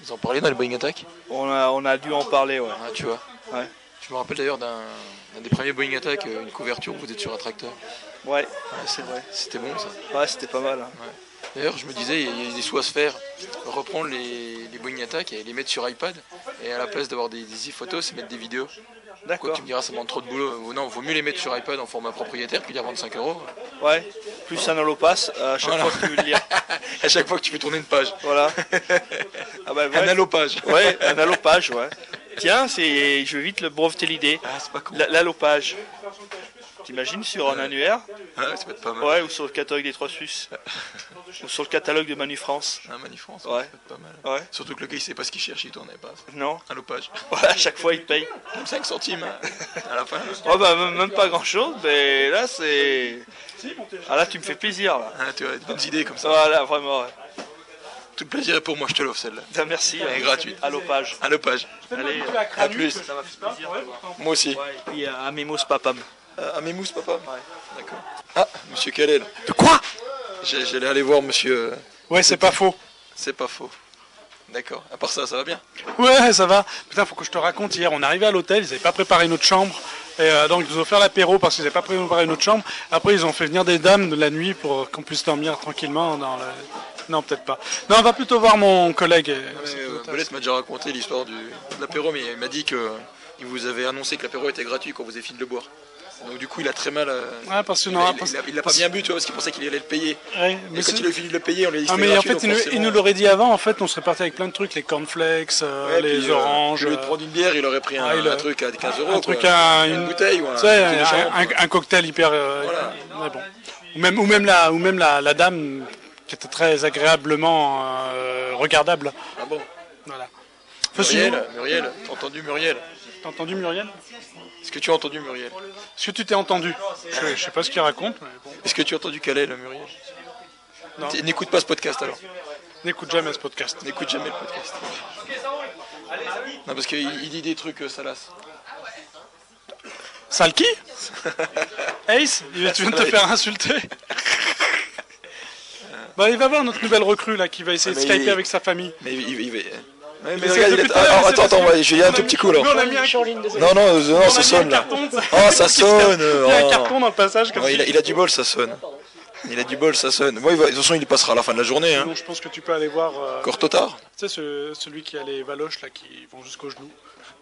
S1: Ils en parlaient dans les Boeing Attack
S12: on a, on a dû en parler, ouais.
S1: Ah, tu vois.
S12: Ouais.
S1: Je me rappelle d'ailleurs d'un d'un des premiers Boeing Attack, euh, une couverture où vous êtes sur un tracteur.
S12: Ouais, c'est vrai.
S1: C'était bon ça.
S12: Ouais, c'était pas mal. hein.
S1: D'ailleurs, je me disais, il y a- il y a des sous à se faire. Reprendre les, les Boeing Attack et les mettre sur iPad. Et à la place d'avoir des, des e-photos, c'est mettre des vidéos.
S12: D'accord.
S1: Quoi, Tu me diras, ça demande trop de boulot. Ou non, vaut mieux les mettre sur iPad en format propriétaire puis les revendre 5 euros.
S12: Ouais, plus un holopass euh, à chaque
S1: Voilà.
S12: fois que tu veux le lire.
S1: à chaque fois que tu veux tourner une page.
S12: Voilà. Ah bah, ouais.
S1: Un allopage.
S12: Ouais, un allopage, ouais. Tiens, c'est, je vais vite le breveter l'idée.
S1: Ah, c'est pas cool.
S12: L'allopage. T'imagines sur un annuaire
S1: Ah, Ouais, ça peut être pas mal.
S12: Ouais, ou sur le catalogue des Trois Suisses. ou sur le catalogue de Manu France.
S1: Ah, Manifrance,
S12: Ouais.
S1: ça peut être pas mal.
S12: Ouais.
S1: Surtout que le gars, il sait pas ce qu'il cherche, il tourne pas.
S12: Non.
S1: Allopage.
S12: Ouais, à chaque fois, il paye.
S1: 5 centimes hein, à la fin.
S12: Ouais, bah, même même pas grand chose, mais là, c'est. Ah là, tu me fais plaisir, là.
S1: Ah, tu as des bonnes idées comme ça.
S12: Voilà, vraiment, ouais.
S1: Tout le plaisir est pour moi, je te l'offre celle-là.
S12: Ah, merci.
S1: Elle est
S12: hein.
S1: gratuite.
S12: Allopage.
S1: Allopage.
S12: Allez,
S1: à
S12: à
S1: Cranus,
S12: plus.
S1: ça
S12: Moi
S1: aussi.
S12: Ouais, et puis euh, à Memos Papam.
S1: Euh, à Memos Papam D'accord. Ah, monsieur Calel. De quoi J'allais aller voir monsieur. euh,
S13: Ouais, c'est pas faux.
S1: C'est pas faux. D'accord. À part ça, ça va bien
S13: Ouais, ça va. Putain, faut que je te raconte. Hier, on est arrivé à l'hôtel, ils n'avaient pas préparé notre chambre. Et euh, donc, ils nous ont fait l'apéro parce qu'ils n'avaient pas préparé notre chambre. Après, ils ont fait venir des dames de la nuit pour euh, qu'on puisse dormir tranquillement dans le. Non, peut-être pas. Non, on va plutôt voir mon collègue.
S1: Euh, Belette m'a déjà raconté l'histoire du- de l'apéro, mais il m'a dit que euh, il vous avait annoncé que l'apéro était gratuit quand vous avez fini de le boire. Donc du coup, il a très mal. euh,
S13: Ouais, parce que
S1: il,
S13: non,
S1: a-
S13: parce-
S1: il a- il a pas bien bu, tu vois, parce qu'il pensait qu'il allait le payer.
S13: Ouais,
S1: mais
S13: mais
S1: quand
S13: c'est-
S1: il a fini de le payer, on lui a dit
S13: Ah,
S1: c'était
S13: mais en
S1: gratuit,
S13: fait,
S1: donc
S13: il nous, il
S1: forcément-
S13: nous l'aurait dit avant. En fait, on serait parti avec plein de trucs les cornflakes, euh,
S1: Ouais,
S13: les
S1: puis, euh,
S13: oranges.
S1: Au lieu de prendre une bière, il aurait pris un,
S13: Ah, il a-
S1: un truc à 15 euros.
S13: un
S1: quoi.
S13: truc à
S1: une bouteille ou un,
S13: tu sais,
S1: un,
S13: un, un- un cocktail hyper euh, mais bon. ou même ou même la ou même la, la dame qui était très agréablement euh, regardable
S1: Ah bon
S13: voilà
S1: Muriel, Muriel, t'as entendu Muriel
S13: T'as entendu Muriel
S1: Est-ce que tu as entendu Muriel
S13: est-ce que tu t'es entendu je, je sais pas ce qu'il raconte mais bon.
S1: Est-ce que tu as entendu Kalel, Muriel
S13: Non.
S1: T- N'écoute pas ce podcast alors.
S13: n'écoute jamais ce podcast
S1: n'écoute jamais le podcast Non, parce qu'il il dit des trucs euh, salaces.
S13: sale qui Ace il- tu viens de te faire insulter Bah, il va voir notre nouvelle recrue là qui va essayer de
S1: Ah, Mais
S13: skyper
S1: il-
S13: avec sa famille.
S1: Mais il, il va.
S13: Ouais,
S1: mais regarde, il est- ah, attends, attends, ouais, je vais y aller un tout petit coup, là.
S13: On a mis un carton.
S1: Non, non, euh, non, ça sonne là. Oh, ça sonne
S13: Il y a un
S1: oh.
S13: carton dans le passage comme
S1: Ouais, il, a,
S13: si-
S1: il a du bol, ça sonne. Il a du bol, ça sonne. Bon, il va- de toute façon, il passera à la fin de la journée. hein.
S13: Sinon, je pense que tu peux aller voir. euh,
S1: Encore tôt tard
S13: Tu sais, ce- celui qui a les valoches là qui vont jusqu'aux genoux.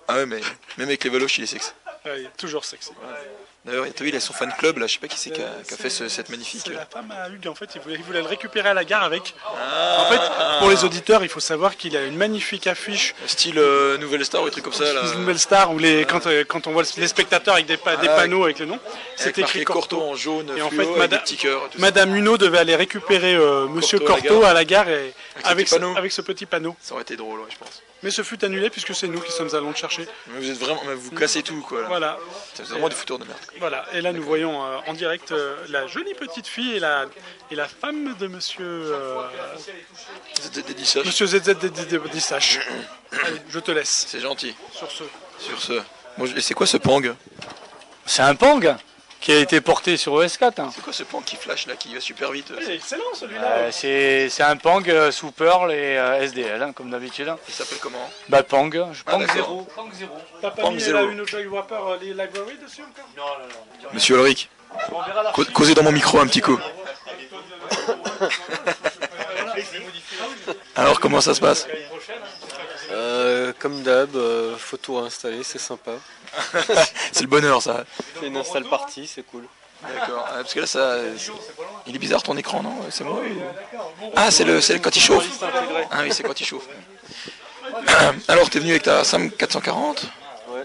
S1: Ah ouais, mais même avec les valoches, il est sexy.
S13: Ouais, Ah, il est toujours sexy.
S1: D'ailleurs, t'as vu, il a son fan club là, je sais pas qui c'est qui a, qui a fait ce- cette magnifique.
S13: C'est la femme à Hugues, en fait, il voulait, il voulait le récupérer à la gare avec.
S1: Ah.
S13: En fait, pour les auditeurs, il faut savoir qu'il a une magnifique affiche.
S1: Style euh, Nouvelle Star ou des trucs comme ça là.
S13: Une nouvelle star où les, quand, euh, quand on voit les spectateurs avec des, pa- des
S1: Euh. Ah,
S13: panneaux avec les noms,
S1: Avec
S13: c'est
S1: marqué
S13: écrit
S1: Corto
S13: Corto.
S1: en jaune,
S13: Et
S1: fluo,
S13: en fait,
S1: avec
S13: Madame-
S1: des petits cœurs. et tout ça.
S13: Madame Huneau devait aller récupérer euh, Monsieur
S1: Corto à la
S13: Corto
S1: gare.
S13: à la gare et
S1: Avec ce
S13: avec,
S1: petit
S13: ce,
S1: panneau.
S13: avec ce petit panneau.
S1: Ça aurait été drôle, ouais, je pense.
S13: Mais ce fut annulé puisque c'est nous qui sommes allés le chercher.
S1: Mais vous êtes vraiment, mais vous cassez tout quoi. là.
S13: Voilà.
S1: C'est vraiment des fouteurs de merde.
S13: Voilà, et là nous voyons euh, en direct euh, la jolie petite fille et la, et la femme de monsieur. euh,
S1: ZZDDSH.
S13: monsieur ZZDDSH. Allez, je te laisse.
S1: C'est gentil.
S13: Sur ce.
S1: Sur ce. Bon, je- et c'est quoi ce pang
S8: C'est un Pang qui a été porté sur ES4. hein.
S1: C'est quoi ce pan qui flash là, qui va super vite euh,
S13: C'est excellent celui-là.
S8: Euh, c'est c'est un Pang euh, sous Pearl et euh, SDL, hein, comme d'habitude. hein.
S1: Il s'appelle comment
S8: Bah, Pang, je
S1: Ah,
S8: Pang
S1: d'accord.
S8: 0.
S13: T'as pas
S1: Pang
S13: mis
S1: zéro.
S13: là une Joy Whopper euh, les Library dessus encore Non, non,
S1: Monsieur Ulrich, cau- causez dans mon micro un petit coup. Alors comment ça se passe
S14: Euh, Comme d'hab, euh, photo à installer, c'est sympa.
S1: C'est le bonheur ça.
S14: C'est une install party, c'est cool.
S1: D'accord, euh, parce que là ça. Il est bizarre ton écran, non C'est moi ou- Ah, c'est le, c'est le- quand il chauffe Ah oui, c'est quand il chauffe. Alors, t'es venu avec ta SAM 440
S14: Ouais.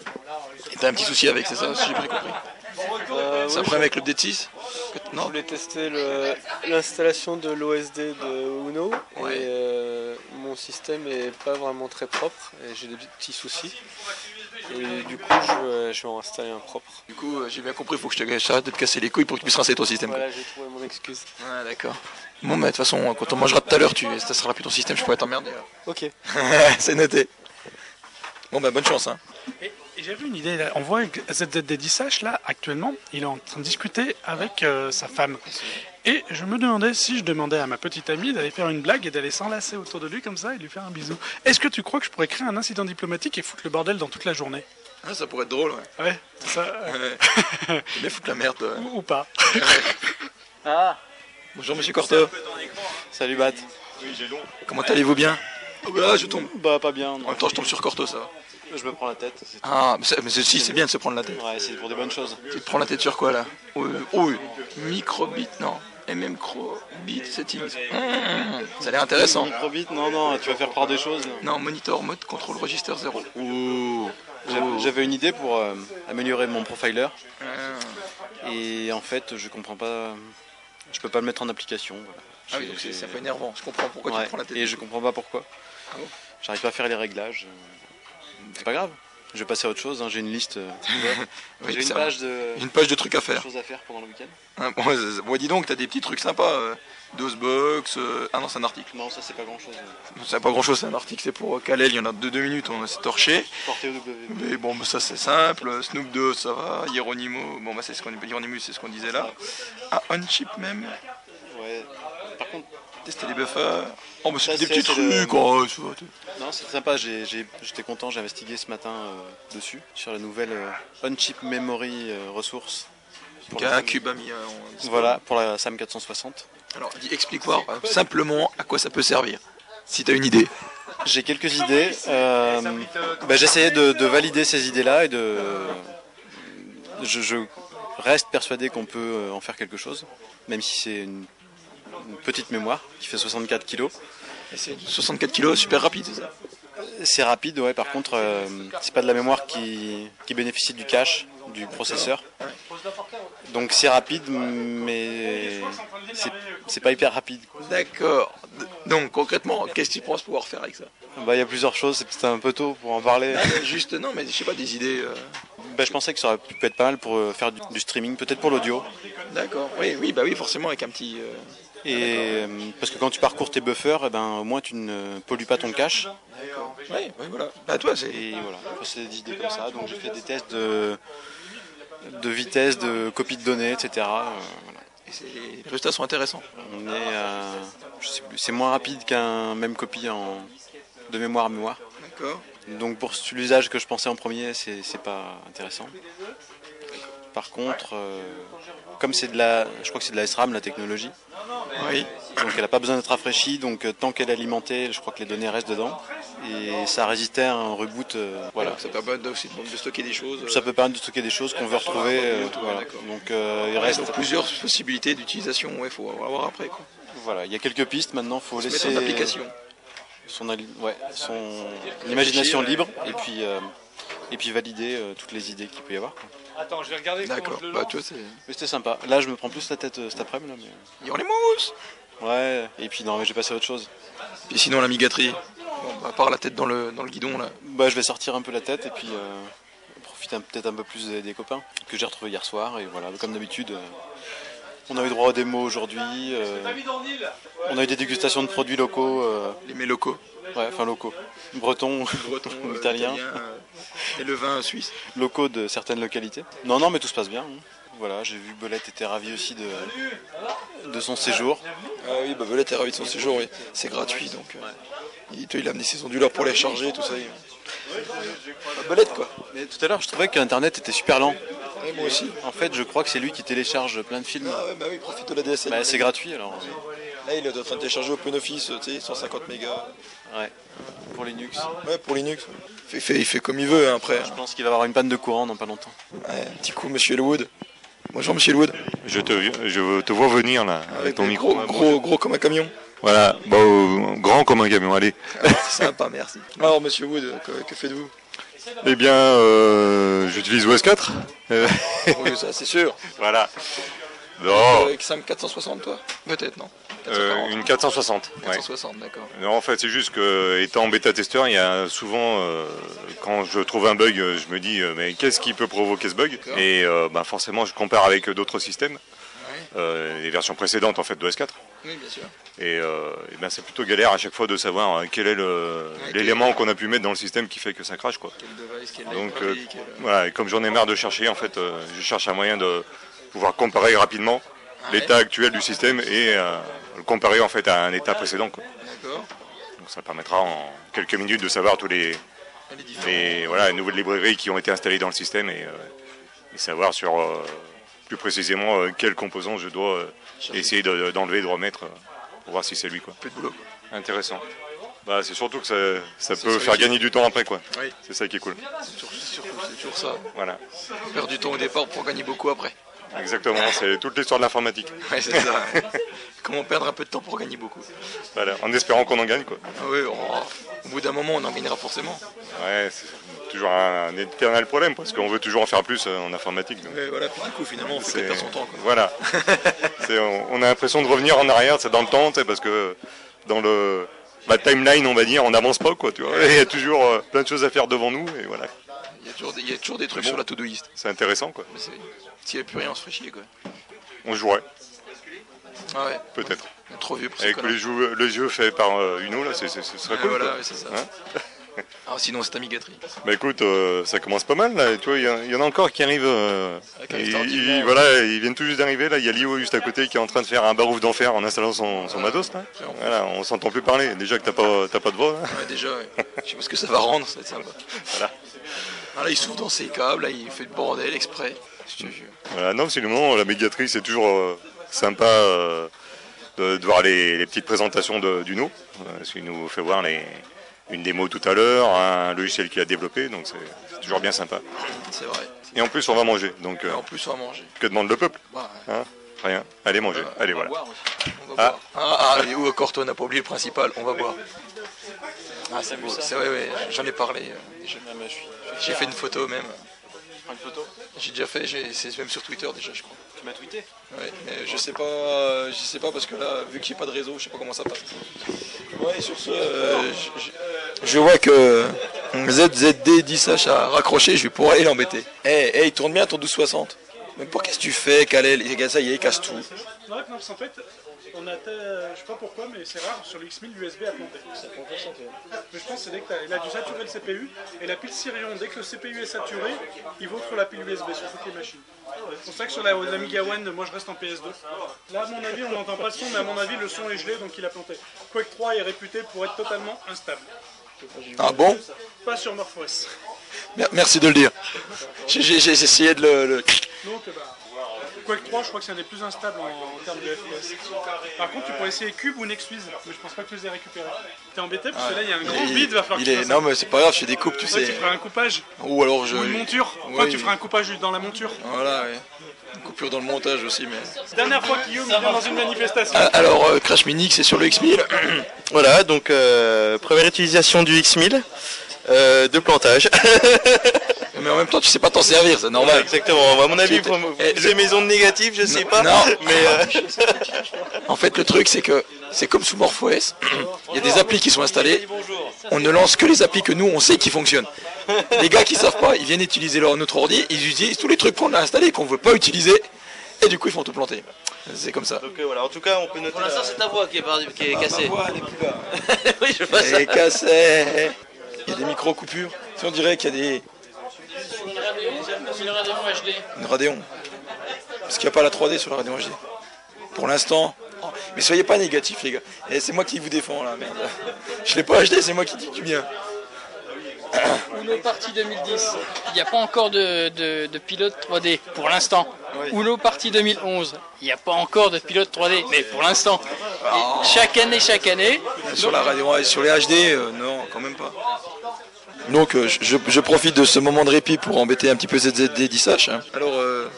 S1: Et t'as un petit souci avec, c'est ça Si j'ai bien compris.
S14: Euh,
S1: C'est
S14: ouais,
S1: un problème avec le update 6
S14: Je voulais tester le- l'installation de l'OSD de Uno et euh, mon système est pas vraiment très propre et j'ai des petits soucis. Et du coup, je, vais- je vais en installer un propre.
S1: Du coup, euh, j'ai bien compris, il faut que je te j'arrête de te casser les couilles pour que tu puisses rincer ton système.
S14: Voilà, j'ai trouvé mon excuse.
S1: Ouais, d'accord. Bon, mais de toute façon, quand on mangera tout à l'heure, tu ça sera plus ton système, je pourrais t'emmerder. alors.
S14: Ok.
S1: c'est noté. Bon, bah, bonne chance. Hein.
S13: Et, et j'avais une idée, là. on voit que ZZDDSH là actuellement, il est en train de discuter avec euh, sa femme. Et je me demandais si je demandais à ma petite amie d'aller faire une blague et d'aller s'enlacer autour de lui comme ça et lui faire un bisou. Est-ce que tu crois que je pourrais créer un incident diplomatique et foutre le bordel dans toute la journée
S1: Ah, ça pourrait être drôle, ouais.
S13: Ouais, c'est ça. euh,
S1: Ouais. J'aime bien foutre la merde. ouais.
S13: ou, ou pas.
S1: Ah. Bonjour Monsieur Corto. hein.
S11: Salut Bat.
S1: Comment allez-vous bien Ah, je tombe.
S11: Bah pas bien.
S1: En même temps, je tombe sur Corto, ça va.
S11: Je me prends la tête. c'est tout.
S1: Ah, mais, c'est- mais c'est- si, c'est bien de se prendre la tête.
S11: Ouais, c'est pour des bonnes choses.
S1: Tu te prends la tête sur quoi là Oui, oui. Microbit, non. MM Crobit Settings. Mmh, ça a l'air intéressant.
S11: Microbit, non, non, tu vas faire part des choses. là.
S1: Non, monitor mode contrôle register 0.
S11: Ouh. J'avais-
S1: Ouh.
S11: J'avais une idée pour euh, améliorer mon profiler.
S1: Ah.
S11: Et en fait, je comprends pas. Je peux pas le mettre en application. voilà.
S1: Ah oui,
S11: J'ai-
S1: donc c'est-
S11: j'ai-
S1: c'est un peu énervant. Je comprends pourquoi tu
S11: Ouais,
S1: te prends la tête. Ah
S11: Et je comprends pas pourquoi.
S1: bon
S11: J'arrive pas à faire les réglages. C'est pas grave. Je vais passer à autre chose. hein, J'ai une liste. euh,
S1: Oui,
S11: J'ai une
S1: ça va.
S11: page de.
S1: Une page de trucs à faire.
S11: Choses à faire pendant le week-end.
S1: Ah, bon, ouais, c'est- c'est- ouais, dis donc, t'as des petits trucs sympas. euh, Dosebox. euh, Ah non, c'est un article.
S11: Non, ça c'est pas grand chose.
S1: C'est pas grand chose, c'est un article, c'est pour euh, Kalel, il y en a de deux minutes, on s'est torché.
S11: Porté au W.
S1: Mais bon, bah, ça c'est simple, Euh, Snoop 2, ça va, Hieronimo, bon bah c'est ce qu'on Hieronymus, c'est ce qu'on disait là. Ah, on chip même,
S11: Ouais. Par contre.
S1: tester les buffers. Oh bah
S11: Ça,
S1: c'est des
S11: c'est-
S1: petits
S11: c'est
S1: trucs,
S11: le-
S1: oh, tu vois, tu-
S11: Non, c'est sympa, j'ai- j'ai- j'étais content, j'ai investigué ce matin euh, dessus, sur la nouvelle euh, On-Chip Memory euh, Resource. Pour
S1: Qu'a
S11: la-
S1: Cuba mis, euh, en-
S11: Voilà, pour la SAM 460.
S1: Alors dis- explique-moi euh, simplement à quoi ça peut servir, si t'as une idée.
S11: J'ai quelques idées. euh, bah, J'essayais de, de valider ces idées-là et de. Je, je reste persuadé qu'on peut euh, en faire quelque chose, même si c'est une, une petite mémoire qui fait 64 kilos.
S1: Et c'est 64 kilos, super rapide, c'est ça
S11: C'est rapide, ouais. Par contre, euh, c'est pas de la mémoire qui, qui bénéficie du cache, du processeur. Donc c'est rapide, mais c'est- c'est pas hyper rapide.
S1: D'accord, D- donc concrètement, qu'est-ce que tu penses pouvoir faire avec ça Euh,
S11: Bah il y a plusieurs choses, c'est peut-être un peu tôt pour en parler.
S1: Juste, non mais je sais pas, des idées... euh,
S11: Bah, je pensais que ça aurait pu être pas mal pour euh, faire du, du streaming, peut-être pour l'audio.
S1: D'accord, oui, oui, bah oui, forcément avec un petit... euh,
S11: Et euh, parce que quand tu parcours tes buffers, eh ben au moins tu ne pollues pas ton cache.
S1: Ouais, ouais, voilà. Bah toi, c'est...
S11: Et voilà, Enfin, c'est des idées comme ça. Donc j'ai fait des tests de, de vitesse, de copie de données, etc. Euh, voilà.
S1: Les résultats sont intéressants.
S11: On est à- je sais plus, c'est moins rapide qu'un même copie en, de mémoire à mémoire.
S1: D'accord.
S11: Donc pour ce- l'usage que je pensais en premier, c'est c'est pas intéressant. Par contre, euh, comme c'est de la, je crois que c'est de la SRAM la technologie.
S1: Oui.
S11: Donc elle n'a pas besoin d'être rafraîchie, donc euh, tant qu'elle est alimentée, je crois que les données restent dedans et ça résistait à un reboot. euh, voilà.
S1: Ça permet de- aussi de, de stocker des choses. euh,
S11: Ça peut permettre de stocker des choses qu'on veut retrouver. euh, voilà. Donc euh, il
S1: Ouais,
S11: reste
S1: donc plusieurs possibilités d'utilisation, il faut avoir après. Quoi.
S11: Voilà, il y a quelques pistes maintenant, faut
S1: Se mettre
S11: laisser euh,
S1: en application.
S11: son, ali- ouais, son imagination libre et puis euh, et puis valider euh, toutes les idées qu'il peut y avoir. quoi.
S8: Attends, je vais regarder.
S1: D'accord, bah tu vois, c'est.
S11: Mais c'était sympa. Là, je me prends plus la tête euh, cet après-midi. là, Mais...
S1: les mousses
S11: Ouais, et puis non, mais je vais passer à autre chose.
S1: Puis sinon, la migaterie, bon, bah, à part la tête dans le, dans le guidon là.
S11: Bah, je vais sortir un peu la tête et puis euh, profiter un- peut-être un peu plus des, des copains que j'ai retrouvés hier soir. Et voilà, comme d'habitude, euh, on a eu droit aux démos aujourd'hui. euh, on a eu des dégustations de produits locaux. euh,
S1: Les mets locaux
S11: Ouais, enfin locaux. Bretons,
S1: Breton,
S11: ou
S1: euh,
S11: italiens.
S1: italien, euh, et le vin suisse.
S11: locaux de certaines localités. Non, non, mais tout se passe bien. hein. Voilà, j'ai vu Belette était ravi aussi de, de son séjour.
S1: Ah oui, bah Belette est ravie de son séjour, oui. C'est gratuit donc. euh, il, tu vois, il a amené ses onduleurs pour les charger, tout ça. il- Bah, Belette quoi.
S11: Mais tout à l'heure, je trouvais qu'Internet était super lent.
S1: euh, Ouais, moi aussi.
S11: En fait, je crois que c'est lui qui télécharge plein de films.
S1: Ah ouais, bah oui, profite de la DSL.
S11: Bah, c'est gratuit alors.
S1: Là, il est en train de télécharger OpenOffice, euh, tu sais, 150 mégas.
S11: Ouais, pour Linux.
S1: Ouais, pour Linux. Il fait, il fait comme il veut hein, après.
S11: Je pense qu'il va avoir une panne de courant dans pas longtemps.
S1: Ouais, petit coup, monsieur Elwood. Bonjour, monsieur Elwood.
S15: Je te, je te vois venir là, avec ton micro.
S1: Gros, gros, gros comme un camion.
S15: Voilà, bah, euh, grand comme un camion, allez.
S1: C'est sympa, merci. Alors, monsieur Wood, que, que faites-vous
S15: Eh bien, euh, j'utilise OS 4. Euh,
S1: Oui, ça, c'est sûr.
S15: voilà. Non,
S1: Avec 5 460, toi Peut-être, non
S15: euh, une 460. ouais.
S1: 460, d'accord.
S15: Non, en fait, c'est juste que, étant bêta-testeur, il y a souvent, euh, quand je trouve un bug, euh, je me dis, euh, mais qu'est-ce qui peut provoquer ce bug Et euh, bah, forcément, je compare avec euh, d'autres systèmes, euh, les versions précédentes, en fait, de OS4.
S1: Oui, bien sûr.
S15: Et, euh, eh ben, c'est plutôt galère à chaque fois de savoir euh, quel est le- l'élément qu'on a pu mettre dans le système qui fait que ça crache. Quoi. Donc, euh, voilà, et comme j'en ai marre de chercher, en fait, euh, je cherche un moyen de pouvoir comparer rapidement l'état actuel du système et euh, le comparer en fait à un état précédent. quoi.
S1: D'accord.
S15: Donc ça permettra en quelques minutes de savoir tous les, les, voilà, les nouvelles librairies qui ont été installées dans le système et, euh, et savoir sur euh, plus précisément euh, quel composant je dois euh, essayer de- d'enlever, de, remettre euh, pour voir si c'est lui. Quoi. Plus de boulot. Intéressant. Bah, c'est surtout que ça, ça
S1: C'est
S15: peut
S1: ça
S15: faire
S1: qui-
S15: gagner du temps après. quoi.
S1: Oui.
S15: C'est ça qui est cool.
S1: C'est toujours- c'est surtout- c'est toujours ça.
S15: Voilà.
S1: Perdre du temps au départ pour gagner beaucoup après.
S15: Exactement, c'est toute l'histoire de l'informatique.
S1: Ouais, c'est ça. Comment perdre un peu de temps pour gagner beaucoup
S15: Voilà, en espérant qu'on en gagne quoi.
S1: Ah oui, on- au bout d'un moment, on en gagnera forcément.
S15: Ouais, c'est toujours un, un éternel problème parce qu'on veut toujours en faire plus euh, en informatique. donc.
S1: Mais voilà, puis du coup, finalement, on fait
S15: C'est-
S1: que perdre son temps. quoi.
S15: Voilà. C'est- on, on a l'impression de revenir en arrière, c'est dans le temps, tu sais, parce que dans le la timeline, on va dire, on n'avance pas quoi, tu vois. Il y a toujours euh, plein de choses à faire devant nous et voilà.
S1: Il y a toujours des, il y a toujours des trucs
S15: Mais bon,
S1: sur la to-do list.
S15: C'est intéressant quoi.
S1: Mais c'est- S'il n'y avait plus rien, on se ferait chier. Quoi.
S15: On jouerait
S1: Ah ouais.
S15: peut-être.
S1: Trop vieux pour ces
S15: Avec
S1: conneries.
S15: les jeux, le jeu fait par euh, Uno là, c'est- c'est- ce serait
S1: Ouais,
S15: cool.
S1: voilà,
S15: quoi.
S1: ouais, c'est ça.
S15: Hein
S1: Ah, sinon, c'est amigaterie.
S15: Bah écoute, euh, ça commence pas mal là. Tu vois, il y, en- il y en a encore qui arrivent. euh,
S1: Avec un
S15: ils,
S1: restaurant
S15: ils-
S1: divin.
S15: voilà, ils viennent tout juste d'arriver là. Il y a Lio juste à côté qui est en train de faire un barouf d'enfer en installant son, son matos. Là. Voilà, on s'entend plus parler. Déjà que t'as pas, t'as pas de voix. hein. là.
S1: Ouais, déjà, ouais. je sais pas ce que ça va rendre, ça va être sympa.
S15: Voilà.
S1: Ah, là, il s'ouvre dans ses câbles, là, il fait le bordel exprès. Je te jure.
S15: Voilà, non, sinon la médiatrice c'est toujours euh, sympa euh, de, de voir les, les petites présentations de- d'Uno. Euh, Parce qu'il nous fait voir les, une démo tout à l'heure, un logiciel qu'il a développé, donc c'est c'est toujours bien sympa.
S1: C'est vrai.
S15: Et en plus on va manger, donc euh,
S1: En plus, on va manger.
S15: que demande le peuple
S1: Bah, Euh,
S15: Hein Rien. Allez manger, allez voilà.
S1: Ah, ah, et ou encore toi, on n'a pas oublié le principal, on va boire. Ah, c'est beau, c'est ouais, ouais, j'en ai parlé. euh, déjà. J'ai fait une photo même.
S14: Une photo
S1: J'ai déjà fait, j'ai- c'est même sur Twitter déjà, je crois.
S14: Tu m'as tweeté
S1: Ouais, mais je sais pas, euh, je sais pas parce que là, vu qu'il n'y a pas de réseau, je sais pas comment ça passe. Ouais, sur ce, euh, je- je- Je vois que ZZD10H a raccroché, je vais pouvoir aller l'embêter. Eh, eh, il tourne bien ton 1260. Mais pour qu'est-ce que tu fais, Kalel Les gars, ça y est, casse tout.
S13: Non, non, parce qu'en fait, on a, euh, je sais pas pourquoi, mais c'est rare, sur le X1000, l'USB a planté. Mais je pense que c'est dès que t'as- il a dû saturer le CPU, et la pile Sirion, dès que le CPU est saturé, il vaut sur la pile USB sur toutes les machines. C'est pour ça que sur la l'Amiga One, moi je reste en PS2. Là, à mon avis, on n'entend pas le son, mais à mon avis, le son est gelé, donc il a planté. Quake 3 est réputé pour être totalement instable.
S1: Ah bon
S13: Pas sur MorphOS.
S1: Mer- Merci de le dire. J'ai j'ai- j'ai essayé de le. le-
S13: Donc, bah, Quake 3, je crois que c'est un des plus instables en, en termes de FPS. Par contre, tu pourrais essayer Cube ou Nextwiz, mais je pense pas que tu les aies récupérés. T'es embêté parce que là, il y a un grand
S1: Ah il-
S13: vide, va falloir
S1: il
S13: que tu
S1: est...
S13: fasses
S1: Non,
S13: un-
S1: mais c'est pas grave, je fais des coupes, tu
S13: Toi,
S1: sais.
S13: tu feras un coupage.
S1: Ou alors je.
S13: Ou une monture.
S1: Ouais,
S13: Toi, tu feras un coupage dans la monture.
S1: Voilà, ouais. Une coupure dans le montage aussi, mais.
S13: Dernière fois qu'il vient dans une manifestation.
S1: Ah, Alors, euh, Crash Mini, c'est sur le X1000.
S11: Voilà, donc euh, première utilisation du X1000, euh, de plantage.
S1: mais en même temps, tu sais pas t'en servir, c'est normal.
S11: exactement, à mon avis,
S1: C'était-
S11: pour- les maisons de négatives, je sais pas,
S1: Ah, non.
S11: mais euh,
S1: En fait, le truc, c'est que c'est comme sous MorphOS, il y a des applis qui sont installées. On ne lance que les applis que nous, on sait qui fonctionnent. Les gars qui savent pas, ils viennent utiliser leur, notre ordi, ils utilisent tous les trucs qu'on a installés, qu'on veut pas utiliser, et du coup, ils font tout planter. C'est comme ça.
S11: donc, euh, voilà, en tout cas, on peut noter...
S16: Pour
S11: Ah,
S16: l'instant, c'est ta voix qui est, perdue- qui est cassée. oui, je
S12: bah,
S16: vois ça.
S1: C'est cassé Il y a des micro-coupures. Si on dirait qu'il y a des.
S7: Une Radeon, une Radeon HD.
S1: Une Radeon. Parce qu'il n'y a pas la 3D sur la Radeon HD. Pour l'instant. Oh, mais soyez pas négatifs, les gars. Et c'est moi qui vous défends, là, merde. Je l'ai pas acheté, c'est moi qui dis du bien.
S7: Uno Party 2010. Il n'y a pas encore de, de- de pilote 3D pour l'instant. Uno Party 2011. Il n'y a pas encore de pilote 3D, mais pour l'instant. Et Chaque année, chaque année.
S1: Ah. Sur la Radeon, sur les HD, euh, non, quand même pas. Donc, euh, je, je profite de ce moment de répit pour embêter un petit peu ZZD10H. hein. Alors, euh,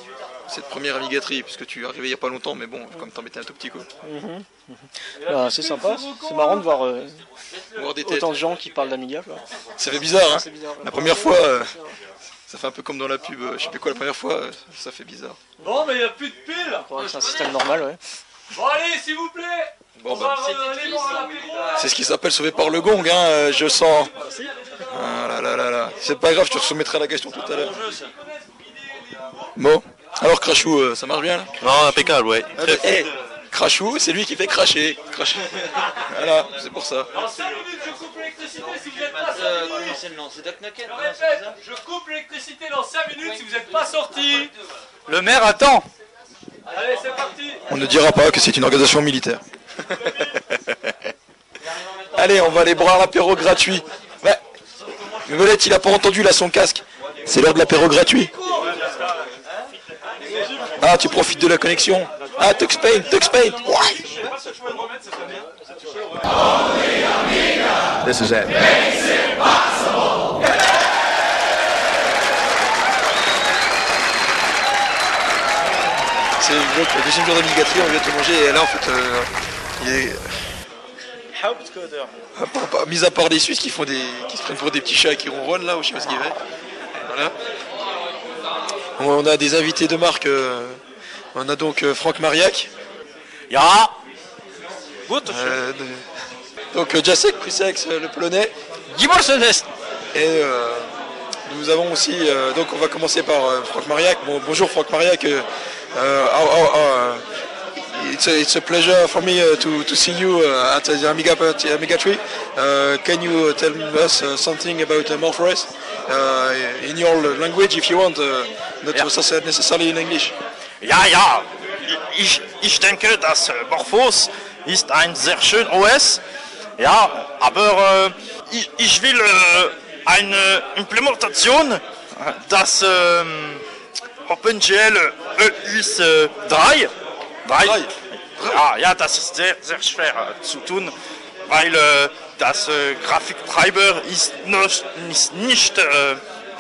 S1: cette première amigaterie, puisque tu es arrivé il n'y a pas longtemps, mais bon, comme t'embêtais un tout petit coup.
S16: Mhm. Ben, c'est sympa, c'est marrant de voir euh,
S1: Voir des têtes.
S16: autant de gens qui parlent d'Amiga. quoi.
S1: Ça fait bizarre, hein
S16: C'est bizarre.
S1: La première fois, euh, ça fait un peu comme dans la pub, euh, je sais plus quoi, la première fois, euh, ça fait bizarre.
S16: Bon, mais il n'y a plus de pile C'est un système normal, ouais.
S17: Bon allez, s'il vous plaît
S1: Bon,
S17: On
S1: bah,
S17: va euh, aller voir l'apéro
S1: C'est ce qui s'appelle sauvé par le gong, hein, euh, je sens. Ah là là là là. C'est pas grave, je te soumettrai la question tout à l'heure. Bon, alors Crachou, euh, ça marche bien là
S11: Non, impeccable, ouais.
S1: Ah bah, eh, Crachou, c'est lui qui fait cracher. Cracher. voilà, c'est pour ça.
S17: Dans 5 minutes, je coupe l'électricité si vous n'êtes pas sorti
S16: Euh, comment c'est le nom C'est Doc Nucket
S17: Je répète, je coupe l'électricité dans 5 minutes si vous n'êtes pas sorti
S4: Le maire attend.
S17: Alors, Allez, c'est parti
S1: On ne dira pas que c'est une organisation militaire. Allez, on va aller boire un apéro gratuit. Ouais. Mais Belette, il a pas entendu là son casque. C'est l'heure de l'apéro gratuit. Ah, tu profites de la connexion. Ah, Tuxpain, Tuxpain.
S18: This is it.
S1: C'est le jour- le deuxième jour d'amigatrie, on vient de manger et là en fait, euh, il est-
S4: Hauptcoder.
S1: à part- pas- mis à part les Suisses qui font des, qui se prennent pour des petits chats qui ronronnent là, ou je sais pas ce qu'il y avait. Voilà. On on a des invités de marque. euh, on a donc euh, Franck Mariac. Ya. Euh, donc euh, Jacek Kusex, euh, le polonais. Et euh, nous avons aussi. euh, donc on va commencer par euh, Franck Mariac. Bon, bonjour Franck Mariac. euh, euh, oh, oh, oh, euh, It's a, it's a pleasure for me uh, to, to see you uh, at the Amiga, party- Amiga Tree. Uh, can you uh, tell us uh, something about uh, Morpheus uh, in your language if you want, uh, not necess- necessarily in English?
S19: Ja, ja, ich, ich denke, dass äh, Morphos ist ein sehr schön OS. Ja, aber äh, ich, ich will äh, eine Implementation, dass ähm, OpenGL EUS äh, 3, 3. Ja, ja, das ist sehr, sehr schwer äh, zu tun, weil äh, das äh, Grafiktreiber ist nicht, ist nicht äh,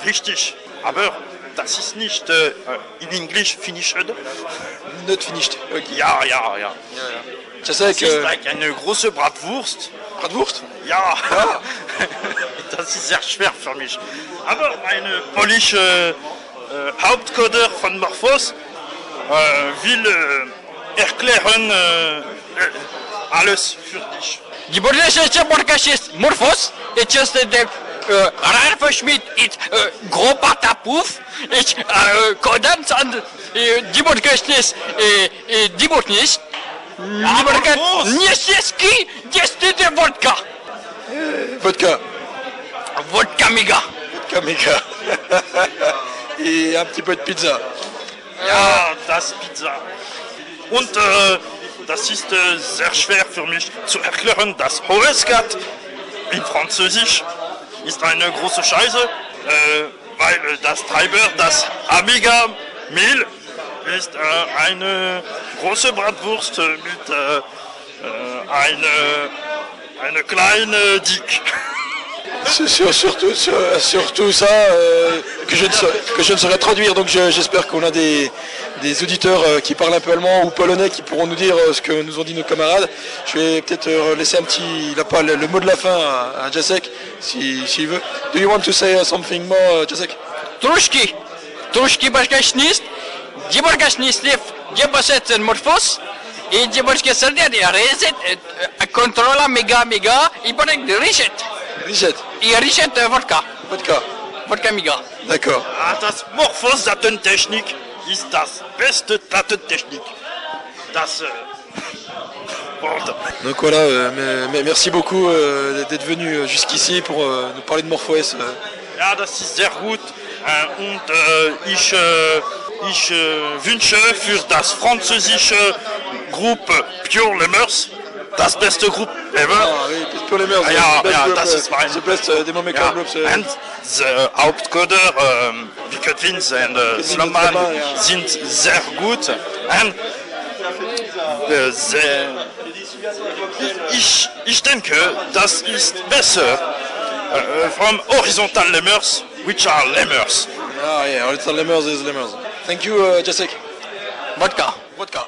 S19: richtig, aber das ist nicht äh, in English finished.
S1: Not finished.
S19: Ja, ja, ja.
S1: Das ist
S19: äh, eine große Bratwurst.
S1: Bratwurst?
S19: Ja. das ist sehr schwer für mich. Aber meine polnische äh, Hauptcoder von Morphos äh, will äh, erklären äh, äh, alles für dich.
S17: Die Bundesrechte Podcast ist Morphos. It just uh, the uh, Reinverschmied it uh, Gropatapuf. It uh, condemns and uh, die Podcast ist uh, uh, die Podcast. Die Podcast Nieśnieski, jest der Wodka.
S1: Vodka.
S17: Wodka Miga.
S1: Vodka Miga. Et un petit peu de pizza.
S19: Ja, das Pizza. Und äh, das ist äh, sehr schwer für mich zu erklären, dass Hoeskat in Französisch ist eine große Scheiße, äh, weil äh, das Treiber, das Amiga Mehl, ist äh, eine große Bratwurst äh, mit äh, äh, eine, eine kleine Dick.
S1: C'est sur- surtout, sur- surtout ça euh, que, je ne saurais, que je ne saurais traduire. Donc je- j'espère qu'on a des, des auditeurs euh, qui parlent un peu allemand ou polonais qui pourront nous dire euh, ce que nous ont dit nos camarades. Je vais peut-être euh, laisser un petit, la pas- le, le mot de la fin à, à Jacek, si- s'il veut. Do you want to say uh, something more, uh, Jacek
S17: Truszki. Truszki Bashkashnist. Die Bashkashnistliv, die Bassetzen Morphos. Et die Bashkassan, die Reset, Controla Mega Mega, il paraît de Richet.
S1: Richet.
S17: Et Richet euh, Vodka.
S1: Vodka.
S17: Vodka Mega.
S1: D'accord.
S19: Ah, das Morphos Datentechnik ist das beste Datentechnik. Das. Äh, Wort.
S1: Donc voilà, euh, mais- mais merci beaucoup euh, d'être venu euh, jusqu'ici pour euh, nous parler de MorphOS. euh.
S19: Ja, das ist sehr gut. Äh, und äh, ich, äh, ich äh, wünsche für das französische Gruppe Pure Lemurs das beste Gruppe ever.
S1: Ah, oui, Pure Lemurs,
S19: Ah, ja,
S1: the best
S19: ja,
S1: group,
S19: das
S1: äh,
S19: ist mein.
S1: the best, äh, Demo Maker
S19: ja.
S1: groups, äh.
S19: And the Hauptcoder, ähm, wie Kötvins and
S4: Euh,
S19: äh, Slumman
S1: Slumman, ja.
S19: sind sehr gut. And äh, the, ich, ich denke, das ist besser äh, from horizontal Lemurs, which are Lemurs.
S1: Ah yeah, it's Lemurs is Lemurs. Thank you, uh, Jacek.
S17: Vodka.
S1: Vodka.